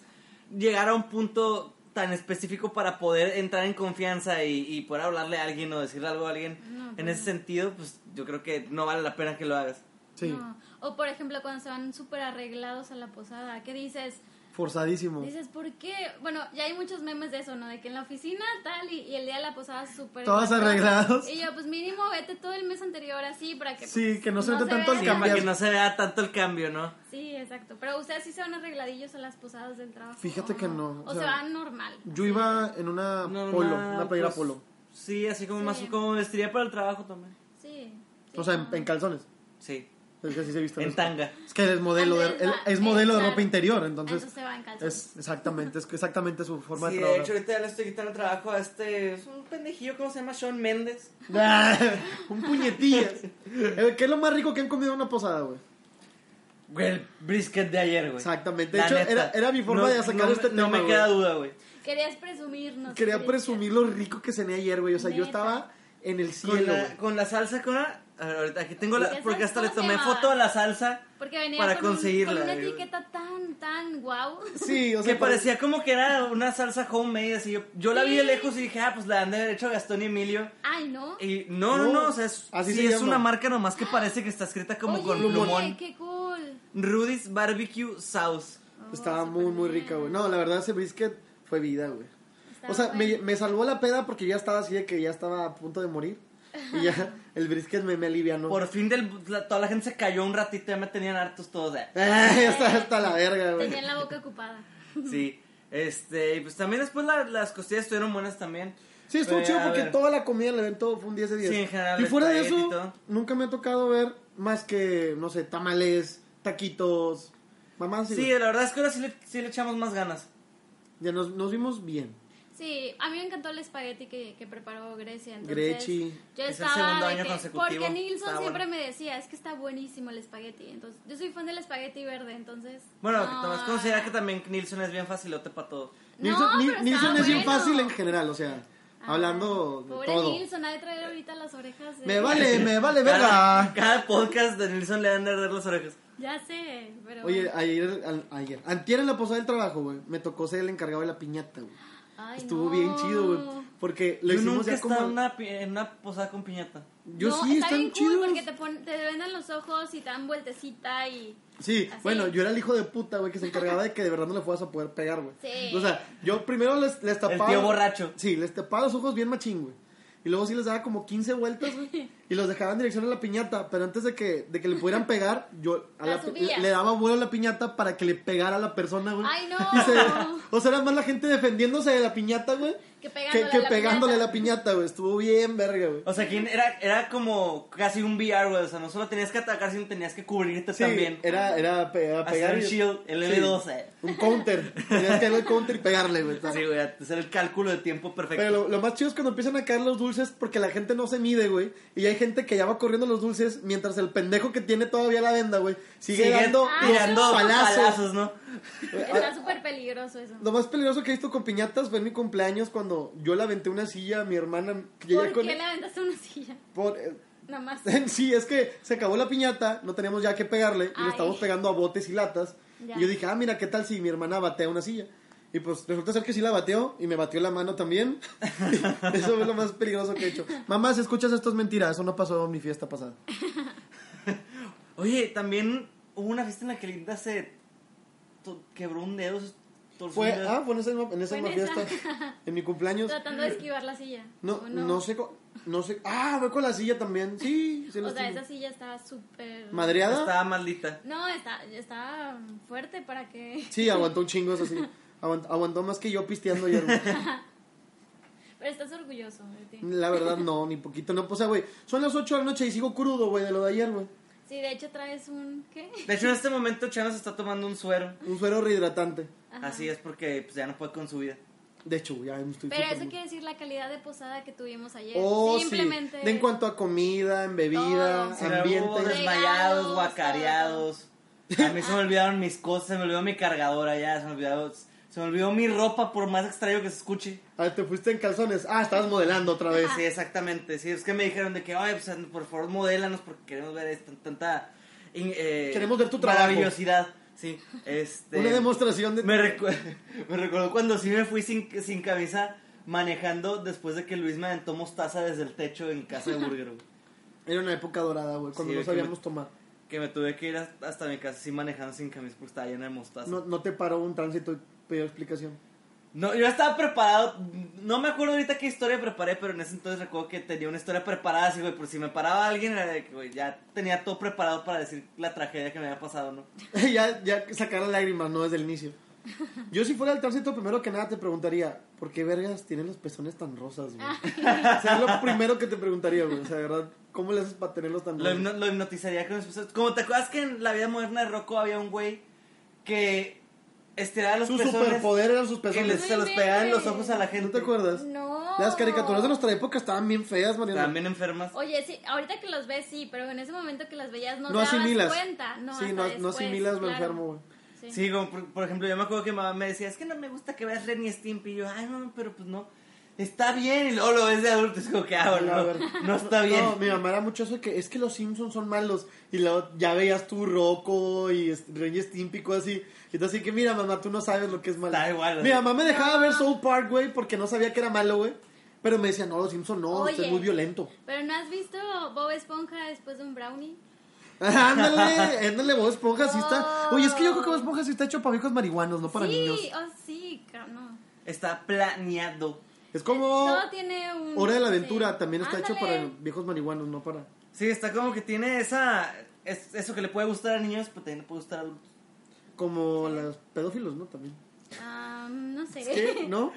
A: llegar a un punto tan específico para poder entrar en confianza y, y poder hablarle a alguien o decirle algo a alguien, en ese sentido, pues yo creo que no vale la pena que lo hagas.
B: sí,
C: No. Ah, O por ejemplo, cuando se van súper arreglados a la posada, ¿qué dices?
B: forzadísimo.
C: Dices, ¿por qué? Bueno, ya hay muchos memes de eso, ¿no? De que en la oficina tal y, y el día de la posada súper...
B: Todos
C: guapos.
B: arreglados.
C: Y yo, pues mínimo, vete todo el mes anterior así para que...
B: Sí,
C: pues,
B: que no se note tanto el
A: Sí,
C: vea.
A: para que
B: cambiar.
A: no se vea tanto el cambio, ¿no?
C: Sí, exacto. Pero ustedes sí se van arregladillos a las posadas del trabajo.
B: Fíjate
C: ¿o
B: que no,
C: O,
B: o
C: se
B: sea,
C: van normal.
B: Yo iba en una
A: Normal,
B: Ah, polo, una playera
A: pues,
B: polo.
A: Sí, así como más
C: Sí.
A: como me vestiría para el trabajo también.
C: Sí. sí,
B: O sea, en,
C: no.
B: en calzones.
A: Sí,
B: Es que así se visten.
A: en
B: los-
A: tanga.
B: Es que él es modelo, de,
C: Andrés
B: él
C: va-
B: es modelo de
C: Exacto.
B: ropa interior,
C: Entonces,
B: entonces.
C: se va Ah, en calzones.
B: Es exactamente, es que exactamente su forma
A: Sí,
B: de
A: de
B: trabajar.
A: hecho, ahorita ya le estoy quitando el trabajo a este. Es un pendejillo, ¿cómo se llama? Sean Méndez.
B: un puñetillas. Eh, ¿Qué es lo más rico que han comido en una posada, güey?
A: Güey, el brisket de ayer, güey.
B: Exactamente. De
A: La
B: hecho,
A: neta.
B: era- era mi forma
A: No-
B: de sacar
A: no
B: este
A: me- No
B: tema,
A: me
B: güey.
A: queda duda, güey.
C: Querías presumirnos.
B: Quería
C: Cristian.
B: presumir lo rico que cené ayer, güey. O sea, yo
C: Neta.
B: estaba en el
A: Con
B: cielo,
A: la,
B: güey.
A: con la salsa, con la. a ver, ahorita aquí tengo la.
C: ¿Ya
A: Porque
C: sabes
A: hasta le
C: cómo se
A: tomé
C: llamaba?
A: foto a la salsa.
C: Porque venía
A: para
C: con un-
A: conseguirla,
B: eh.
C: con una
A: güey.
C: etiqueta tan, tan guau.
B: Sí, o sea,
A: que parecía como que era una salsa homemade, así. Yo, yo la vi de lejos y dije, ah, pues la han de haber hecho Gastón y Emilio.
C: Ay, ¿no?
A: Y no, no, no, o sea, es,
B: Así
A: sí
B: se
A: es
B: llama.
A: una marca nomás que parece que está escrita como
C: Oye,
A: con plumón.
C: qué cool.
A: Rudy's Barbecue Sauce.
C: Oh,
B: Estaba
C: súper
B: muy, muy
C: bien.
B: rica, güey. No, la verdad, ese brisket fue vida, güey.
C: Estaba
B: O sea, me,
C: bueno.
B: me salvó la peda porque ya estaba así de que ya estaba a punto de morir. Y ya el brisket me, me alivianó.
A: Por fin, del, la- toda la gente se cayó un ratito, ya me tenían hartos todos. eh.
B: Ay, hasta, hasta la verga, güey.
C: Tenía la boca ocupada.
A: Sí. Este, y pues también después la- las costillas estuvieron buenas también.
B: Sí, estuvo
A: Fue,
B: chido
A: a
B: porque
A: ver,
B: toda la comida del evento fue un 10 de 10.
A: Sí, en general,
B: Y
A: el
B: fuera de eso,
A: espagueti y todo.
B: nunca me ha tocado ver más que, no sé, tamales, taquitos, mamás. y-
A: Sí, eh. la verdad es que ahora sí le, sí le echamos más ganas.
B: Ya nos, nos vimos bien.
C: Sí, a mí me encantó el espagueti que, que preparó Grecia. entonces,
B: Grechi.
C: Yo
A: Es el
C: estaba
A: segundo
C: de
A: año
C: que-
A: consecutivo.
C: Porque Nilsson
A: Está
C: siempre
A: bueno.
C: me decía, es que está buenísimo el espagueti. Entonces, yo soy fan del espagueti verde, entonces...
A: Bueno,
C: no,
A: nomás considera que también Nilsson es bien facilote para todo.
C: No,
B: Nilsson, Ni-
C: pero
B: Nilsson
C: estaba
B: es bien
C: bueno. Ah,
B: fácil en general, o sea, hablando de
C: Pobre
B: todo.
C: Nilsson, ha de traer ahorita las orejas de...
B: Me vale, me vale
A: Cada,
B: verga.
A: cada podcast de Nilsson le dan de arder las orejas.
C: Ya sé, pero...
B: Oye, ayer, al- ayer, antier en la posada del trabajo, güey, me tocó ser el encargado de la piñata, güey.
C: Ay,
B: ah, Estuvo
C: no.
B: bien chido, güey, porque lo
A: Yo
B: hicimos
A: nunca he
B: ya como...
A: estado en una, pi- en una posada con piñata.
B: Yo
C: No,
B: sí,
C: está
B: están
C: bien cool
B: chidos.
C: porque te, pon- te vendan los ojos y te dan vueltecita y...
B: Sí,
C: Así.
B: bueno, yo era el hijo de puta, güey, que se encargaba de que de verdad no le fueras a poder pegar, güey.
C: Sí.
B: O sea, yo primero les, les tapaba.
A: tío borracho.
B: Sí, les tapaba los ojos bien machín, güey. Y luego sí les daba como 15 vueltas, güey. Y los dejaba en dirección a la piñata. Pero antes de que, de que le pudieran pegar, yo a
C: La
B: la pi-
C: subías.
B: le daba vuelo a la piñata para que le pegara a la persona, güey.
C: Ay, no.
B: Y se- o sea, era más la gente defendiéndose de la piñata, güey.
C: Que
B: Que,
C: pegándole,
B: que
C: a la
B: pegándole a
C: piñata.
B: la piñata, güey. Estuvo bien verga, güey.
A: O sea, aquí era, era como casi un VR, güey. O sea, no solo tenías que atacar, sino tenías que cubrirte
B: Sí,
A: también.
B: era, era pe- era
A: Hacer
B: pegar.
A: un
B: y-
A: shield, el
B: Sí.
A: L12.
B: Un counter. Tenías que darle el counter y pegarle, güey.
A: Sí, güey, hacer el cálculo de tiempo perfecto.
B: Pero lo, lo más chido es cuando empiezan a caer los dulces porque la gente no se mide, güey. Y hay gente que ya va corriendo los dulces mientras el pendejo que tiene todavía la venda, güey, sigue,
A: Sigue
B: dando los
A: tirando
B: palazos.
A: palazos. ¿no?
B: Ah,
C: Está súper peligroso eso.
B: Lo más peligroso que he visto con piñatas fue en mi cumpleaños cuando yo la aventé una silla a mi hermana. que llegué
C: ¿Por
B: con- e-
C: qué le aventaste una silla?
B: por- eh,
C: Nada más.
B: sí, es que se acabó la piñata, no teníamos ya que pegarle y le
C: Ay.
B: estábamos pegando a botes y latas.
C: Ya.
B: Y yo dije, ah, mira, ¿qué tal si mi hermana batea una silla? Y pues resulta ser que sí la bateó y me batió la mano también. eso es lo más peligroso que he hecho. Mamá, si escuchas esto es mentira, eso no pasó en mi fiesta pasada.
A: Oye, también hubo una fiesta en la que Linda se to- quebró un dedo, se torció
B: Fue,
A: un dedo.
B: ah, fue en esa misma, en esa
C: Fue en
B: misma
C: esa.
B: fiesta. En mi cumpleaños.
C: Tratando de esquivar la silla.
B: No,
C: ¿o
B: no, sé, co- no sé. Ah, fue con la silla también. Sí, sí
C: O
B: los
C: sea,
B: tengo.
C: esa silla estaba súper.
B: ¿Madreada?
A: Estaba maldita.
C: No, está, está fuerte para que.
B: Sí, aguantó un chingo eso sí. Aguant- aguantó más que yo pisteando ayer. güey.
C: Pero estás orgulloso de ti.
B: La verdad, no, ni poquito. No, pues, o sea, güey, son las 8 de la noche y sigo crudo, güey, de lo de ayer, güey.
C: Sí, de hecho traes un. ¿Qué?
A: De hecho, en este momento Chano se está tomando un suero.
B: Un suero rehidratante.
A: Así es porque pues, ya no puede con su vida.
B: De hecho, güey, ya me estoy
C: Pero
B: súper-
C: eso quiere decir la calidad de posada que tuvimos ayer.
B: Oh,
C: Simplemente.
B: sí. De en cuanto a comida, en bebida,
C: Todo.
A: Hubo
B: ambiente.
C: Sí.
A: desmayados,
C: Regalos,
A: guacareados. A mí se me olvidaron mis cosas, se me olvidó mi cargadora ya, se me olvidó, se me olvidó mi ropa por más extraño que se escuche.
B: Ah, te fuiste en calzones. Ah, estabas modelando otra vez.
A: Sí, exactamente. Sí, es que me dijeron de que, ay, pues por favor, modélanos porque queremos ver esta- tanta. in- eh,
B: Queremos ver tu trabajo".
A: Maravillosidad. Sí, este.
B: Una demostración de.
A: Me, recu- me recordó cuando sí me fui sin, sin camisa manejando después de que Luis me aventó mostaza desde el techo en casa de Burger. güey.
B: Era una época dorada, güey, cuando
A: Sí,
B: no
A: que
B: sabíamos
A: me-
B: tomar.
A: que me tuve que ir hasta hasta mi casa sin manejando sin camisa porque estaba llena de mostaza.
B: No, no te paró un tránsito y pidió explicación.
A: No, yo estaba preparado. No me acuerdo ahorita qué historia preparé, pero en ese entonces recuerdo que tenía una historia preparada. Así, güey, por si me paraba alguien, era de que, güey, ya tenía todo preparado para decir la tragedia que me había pasado, ¿no?
B: ya, ya sacar las lágrimas, no desde el inicio. Yo si fuera el tránsito, primero que nada te preguntaría, ¿por qué vergas tienen los pezones tan rosas, güey?
C: Ah.
B: o sea, es lo primero que te preguntaría, güey. O sea, de verdad, ¿cómo le haces para tenerlos tan
A: Lo,
B: rosas?
A: hipno- lo hipnotizaría con mis pezones. Como te acuerdas que en la vida moderna de Rocco había un güey que estiraba los
B: Su
A: pezones.
B: superpoder eran sus
A: Que les-
B: pezones.
A: se los pegaba en los ojos a la gente.
B: ¿No te acuerdas?
C: No.
B: Las caricaturas de nuestra época estaban bien feas, Mariana.
A: También enfermas.
C: Oye, sí, ahorita que los ves, sí, pero en ese momento que las veías
B: no
C: no, te dabas
B: asimilas.
C: cuenta. No,
B: sí,
C: hasta
B: no, no
C: después,
B: asimilas lo
C: claro.
B: enfermo, güey.
C: Sí.
A: Sí, como por, por ejemplo, yo me acuerdo que mi mamá me decía, es que no me gusta que veas Ren y Stimpy. Y yo, ay, no, pero pues no. Está bien. Y luego lo ves de adulto. Es como que, ah,
B: A
A: bueno,
B: ver.
A: no, no está bien.
B: No, mi mamá era mucho eso de que es que los Simpsons son malos. Y luego ya veías tú Rocco y es- Ren y Stimpy, cosas así. Y entonces así que mira, mamá, tú no sabes lo que es malo.
A: Está igual,
B: Mi
A: así.
B: mamá me dejaba
C: Ah.
B: ver Soul Park, güey, porque no sabía que era malo, güey. Pero me decía, no, los Simpsons no, usted es
C: Oye.
B: muy violento.
C: Pero no has visto Bob Esponja después de un brownie.
B: ándale, ándale, Bob Esponja, sí está.
C: No.
B: Oye, es que yo creo que Bob Esponja sí está hecho para viejos marihuanos, no para
C: Oh. sí,
B: niños.
C: oh, sí, ca- no.
A: Está planeado.
B: Es como
C: Todo tiene un.
B: Hora de la Aventura,
C: sí.
B: también está hecho para
C: Ándale.
B: viejos marihuanos, no para...
A: Sí, está como que tiene esa... es- eso que le puede gustar a niños, pero también le puede gustar a adultos.
B: Como los pedófilos, ¿no? También.
C: Ah, no sé.
B: ¿Qué? ¿No?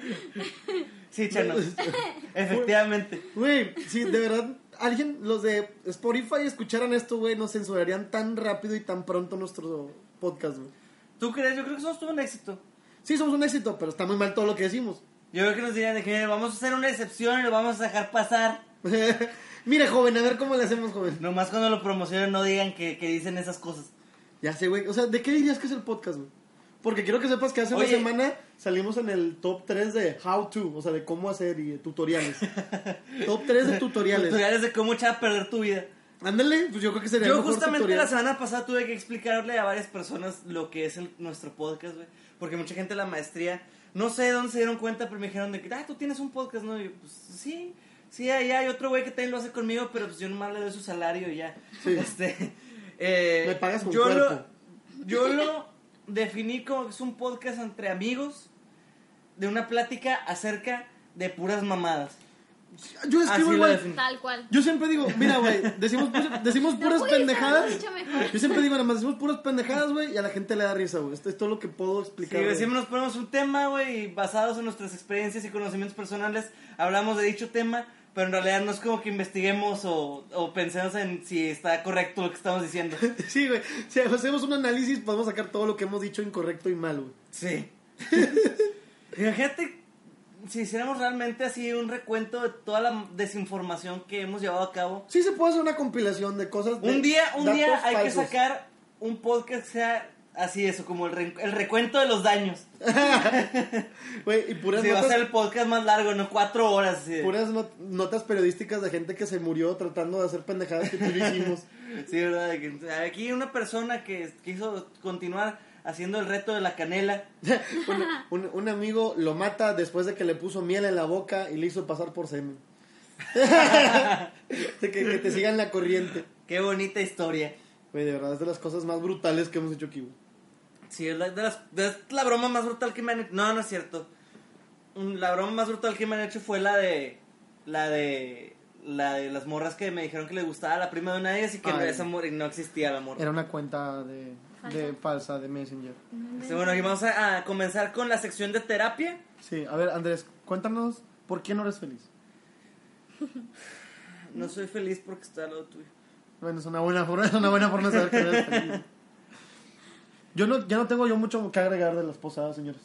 A: Sí, Chano. Efectivamente.
B: Güey, sí, de verdad, alguien, los de Spotify escucharan esto, güey, nos censurarían tan rápido y tan pronto nuestro podcast, güey.
A: ¿Tú crees? Yo creo que eso tuvo un éxito.
B: Sí, somos un éxito, pero está muy mal todo lo que decimos.
A: Yo creo que nos dirían de que vamos a hacer una excepción y lo vamos a dejar pasar.
B: Mire, joven, a ver cómo le hacemos, joven.
A: Nomás cuando lo promocionen no digan que, que dicen esas cosas.
B: Ya sé, güey. O sea, ¿de qué dirías que es el podcast, güey? Porque quiero que sepas que hace una
A: Oye.
B: semana salimos en el top 3 de how to, o sea, de cómo hacer y de tutoriales. top 3 de tutoriales.
A: Tutoriales de cómo echar a perder tu vida.
B: Ándale, pues yo creo que sería el
A: Yo
B: mejor
A: justamente
B: tutorial.
A: la semana pasada tuve que explicarle a varias personas lo que es el- nuestro podcast, güey. Porque mucha gente de la maestría, no sé de dónde se dieron cuenta, pero me dijeron de que, ah, tú tienes un podcast, ¿no? Y yo, pues sí, sí, ahí hay otro güey que también lo hace conmigo, pero pues yo nomás le doy su salario y ya.
B: Sí.
A: Este, eh,
B: Me pagas con
A: yo
B: cuerpo.
A: Lo, yo lo definí como que es un podcast entre amigos de una plática acerca de puras mamadas.
B: Yo
A: Así
B: escribo
A: lo
B: igual.
A: definí.
C: Tal cual.
B: Yo siempre digo, mira, güey, decimos, pu- decimos puras
C: pudiste
B: pendejadas.
C: haber dicho mejor.
B: Yo siempre digo, nada más decimos puras pendejadas, güey, y a la gente le da risa, güey. Esto es todo lo que puedo
A: Sí,
B: explicar.
A: güey,
B: güey.
A: siempre nos ponemos un tema, güey, y basados en nuestras experiencias y conocimientos personales, hablamos de dicho tema, pero en realidad no es como que investiguemos o, o pensemos en si está correcto lo que estamos diciendo.
B: Sí, güey. Si hacemos un análisis, podemos sacar todo lo que hemos dicho incorrecto y mal, güey.
A: Sí. Imagínate si hiciéramos realmente así un recuento de toda la desinformación que hemos llevado a cabo.
B: Sí se puede hacer una compilación de cosas. de
A: Un día, un
B: datos
A: día hay que
B: falsos.
A: sacar un podcast que sea así eso, como el, re- el recuento de los daños.
B: Güey, y puras
A: Sí, va a
B: notas.
A: ser el podcast más largo, no cuatro horas. así de-
B: Puras not- notas periodísticas de gente que se murió tratando de hacer pendejadas que tú y yo hicimos.
A: Sí, verdad. de que- Aquí una persona que quiso continuar haciendo el reto de la canela.
D: un, un- un amigo lo mata después de que le puso miel en la boca y le hizo pasar por semen. De que, que te sigan la corriente.
A: Qué bonita historia.
D: Güey, de verdad, es de las cosas más brutales que hemos hecho aquí. güey.
A: Sí, es la, de las- de la broma más brutal que me han hecho. No, no es cierto. Mm, La broma más brutal que me han hecho fue la de. La de. La de las morras que me dijeron que le gustaba la prima de una de ellas y que no,
B: Ay.
A: esa morra- y no existía la morra.
B: Era una cuenta de, de falsa de Messenger.
A: Sí, bueno, y vamos a, a comenzar con la sección de terapia.
B: Sí, a ver, Andrés, cuéntanos por qué no eres feliz.
A: No soy feliz porque está al lado tuyo.
B: Bueno, es una buena forma, es una buena forma de saber que eres feliz. Yo no, ya no tengo yo mucho que agregar de las posadas, señores.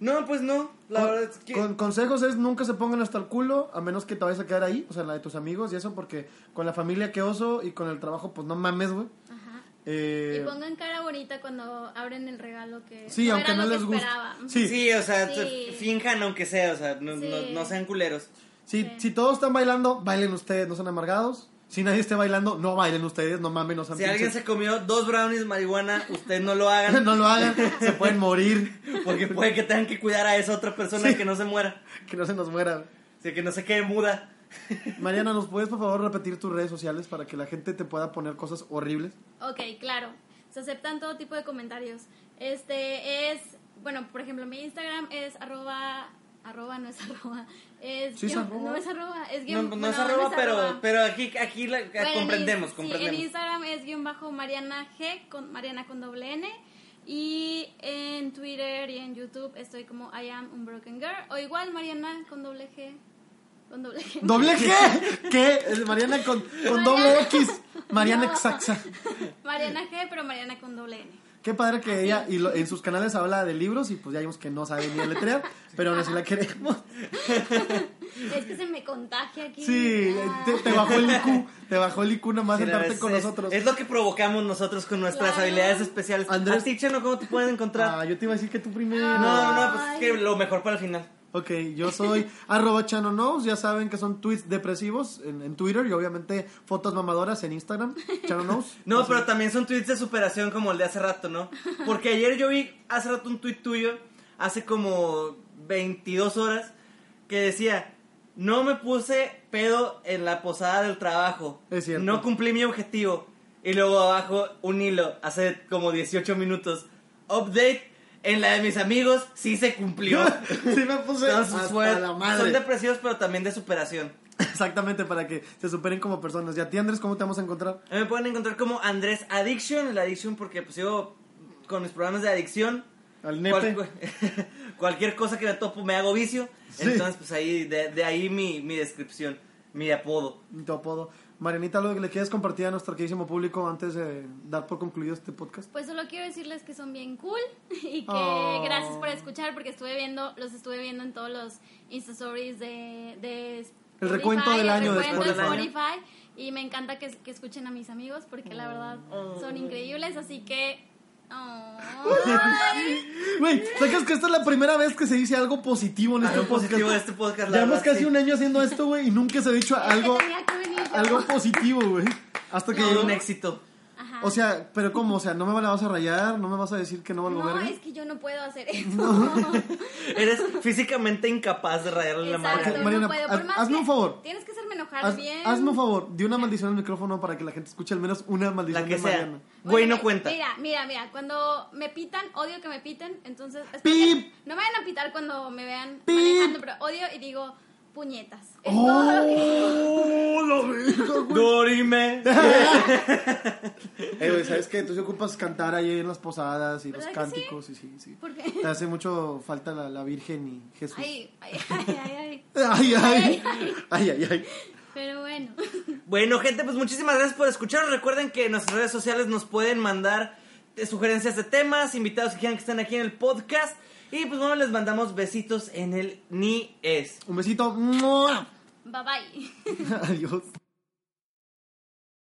A: No, pues no. La
B: Con-
A: verdad es que.
B: con- consejos es nunca se pongan hasta el culo, a menos que te vayas a quedar ahí, o sea, la de tus amigos y eso, porque con la familia que oso y con el trabajo, pues no mames, güey.
C: Ajá.
B: Eh,
C: Y pongan cara bonita cuando abren el regalo que
B: sí,
C: no
B: aunque
C: era
B: no
C: lo
B: les
C: que
B: guste.
C: esperaba. Ujú.
B: Sí,
A: Sí, o sea,
C: Sí.
A: se- finjan aunque sea, o sea, no,
C: Sí.
A: no- no sean culeros.
B: Si, si todos están bailando, bailen ustedes, no sean amargados. Si nadie esté bailando, no bailen ustedes, no mamen, no sean
A: Si alguien
B: pinches-
A: se comió dos brownies marihuana, ustedes no lo hagan.
B: No lo hagan, se pueden morir,
A: Porque puede que tengan que cuidar a esa otra persona que no se muera.
B: que no se nos muera.
A: O sea, que no se quede muda.
B: Mariana, ¿nos puedes por favor repetir tus redes sociales para que la gente te pueda poner cosas horribles?
C: Ok, claro. Se aceptan todo tipo de comentarios. Este es, bueno, por ejemplo, mi Instagram es arroba, arroba no es arroba, es
B: Sí es
C: guión-
B: arroba.
C: no es arroba, es
A: No,
C: guión-
A: no
C: bueno,
A: es arroba,
C: no es
A: pero,
C: arroba.
A: pero aquí, aquí la-
C: Bueno, en
A: comprendemos,
C: Ins- sí, en
A: comprendemos.
C: Instagram es guión bajo Mariana G, con, Mariana con doble N. Y en Twitter y en YouTube estoy como I am unbroken girl, o igual Mariana con doble G, con doble G.
B: ¿Doble G? ¿Qué? Es Mariana con, con doble X. Mariana
C: No.
B: Exacta.
C: Mariana G, pero Mariana con doble N.
B: Qué padre que ella y lo- en sus canales habla de libros y pues ya vimos que no sabe ni letrear, pero aún así la queremos.
C: Es que se me contagia aquí.
B: Sí,
C: Ah.
B: te, te bajó el IQ, te bajó el IQ nomás
A: Sí, la
B: sentarte
A: verdad,
B: con
A: es,
B: nosotros.
A: es lo que provocamos nosotros con nuestras
C: Claro.
A: habilidades especiales.
B: Andrés-
A: A ti, Chano, ¿cómo te pueden encontrar?
B: Ah, yo te iba a decir que tú primero.
A: no, no, no, pues es
C: Ay.
A: que lo mejor para el final.
B: Ok, yo soy arroba chanonobs, ya saben que son tweets depresivos en, en Twitter y obviamente fotos mamadoras en Instagram, chanonobs.
A: No, pero también son tweets de superación como el de hace rato, ¿no? Porque ayer yo vi hace rato un tuit tuyo, hace como 22 horas, que decía, no me puse pedo en la posada del trabajo.
B: Es cierto.
A: No cumplí mi objetivo. Y luego abajo un hilo, hace como 18 minutos, update. En la de mis amigos sí se cumplió.
B: sí me puse
A: Entonces,
B: hasta
A: fue-
B: la
A: son
B: madre.
A: depresivos pero también de superación.
B: Exactamente, para que se superen como personas. Y a ti, Andrés, ¿cómo te vamos a encontrar?
A: A mí me pueden encontrar como Andrés Addiction, el Addiction porque pues yo con mis programas de adicción.
B: Al
A: cual-
B: nepe.
A: cual- cualquier cosa que me topo me hago vicio.
B: Sí.
A: Entonces pues ahí, de, de ahí mi, mi descripción, mi apodo.
B: Tu apodo. Marianita, ¿algo que le quieres compartir a nuestro queridísimo público antes de dar por concluido este podcast?
C: Pues solo quiero decirles que son bien cool y que
B: Oh.
C: gracias por escuchar porque estuve viendo, los estuve viendo en todos los Insta Stories de, de Spotify,
B: recuento del
C: el
B: año de
C: recuento de
A: Spotify.
C: Spotify, y me encanta que, que escuchen a mis amigos porque la verdad son increíbles, así que... Ay.
B: Güey, ¿sabes que esta es la primera vez que se dice algo positivo en este
A: Algo
B: podcast?
A: positivo de este podcast. la
B: Llevamos
A: verdad,
B: casi
A: sí.
B: un año haciendo esto, güey, y nunca se ha dicho
C: Es que
B: algo,
C: tenía que venir yo.
B: algo positivo, güey. Hasta que
A: Ha sido
B: llegó
A: un éxito.
C: Ajá.
B: O sea, pero ¿cómo? O sea, ¿no me la vas a rayar? ¿No me vas a decir que no valgo
C: no,
B: verga?
C: es que yo no puedo hacer eso.
A: Eres físicamente incapaz de rayarle la
C: Exacto,
A: madre.
C: no
B: Mariana,
C: puedo.
B: haz-
C: Por más
B: hazme
C: que-
B: un favor.
C: Tienes que hacerme enojar
B: Haz-
C: bien.
B: hazme un favor, di una maldición al micrófono para que la gente escuche al menos una maldición
A: La que
B: de
A: sea.
B: Mariana.
A: Güey,
C: Oye,
A: no cuenta.
C: Mira, mira, mira, cuando me pitan, odio que me piten, entonces... espero
B: ¡Pip!
C: que No me van a pitar cuando me vean
B: ¡Pip!
C: manejando, pero odio y digo puñetas. Es todo lo que-
B: ¡Oh! la verga, güey!
A: Dorime.
B: Eh, güey, ¿sabes qué? Tú se ocupas cantar ahí en las posadas y los
C: ¿Verdad que
B: cánticos y sí, sí.
C: ¿Por qué?
B: Te hace mucho falta la, la Virgen y Jesús.
C: Ay, ay, ay, ay, ay.
B: ay, ay. Ay,
C: Ay,
B: ay, ay.
C: Pero bueno.
A: Bueno, gente, pues muchísimas gracias por escuchar. Recuerden que en nuestras redes sociales nos pueden mandar eh, sugerencias de temas, invitados que quieran que estén aquí en el podcast. Y pues bueno, les mandamos besitos en el E ni es.
B: Un besito. ¡Mua!
C: Bye bye.
B: Adiós.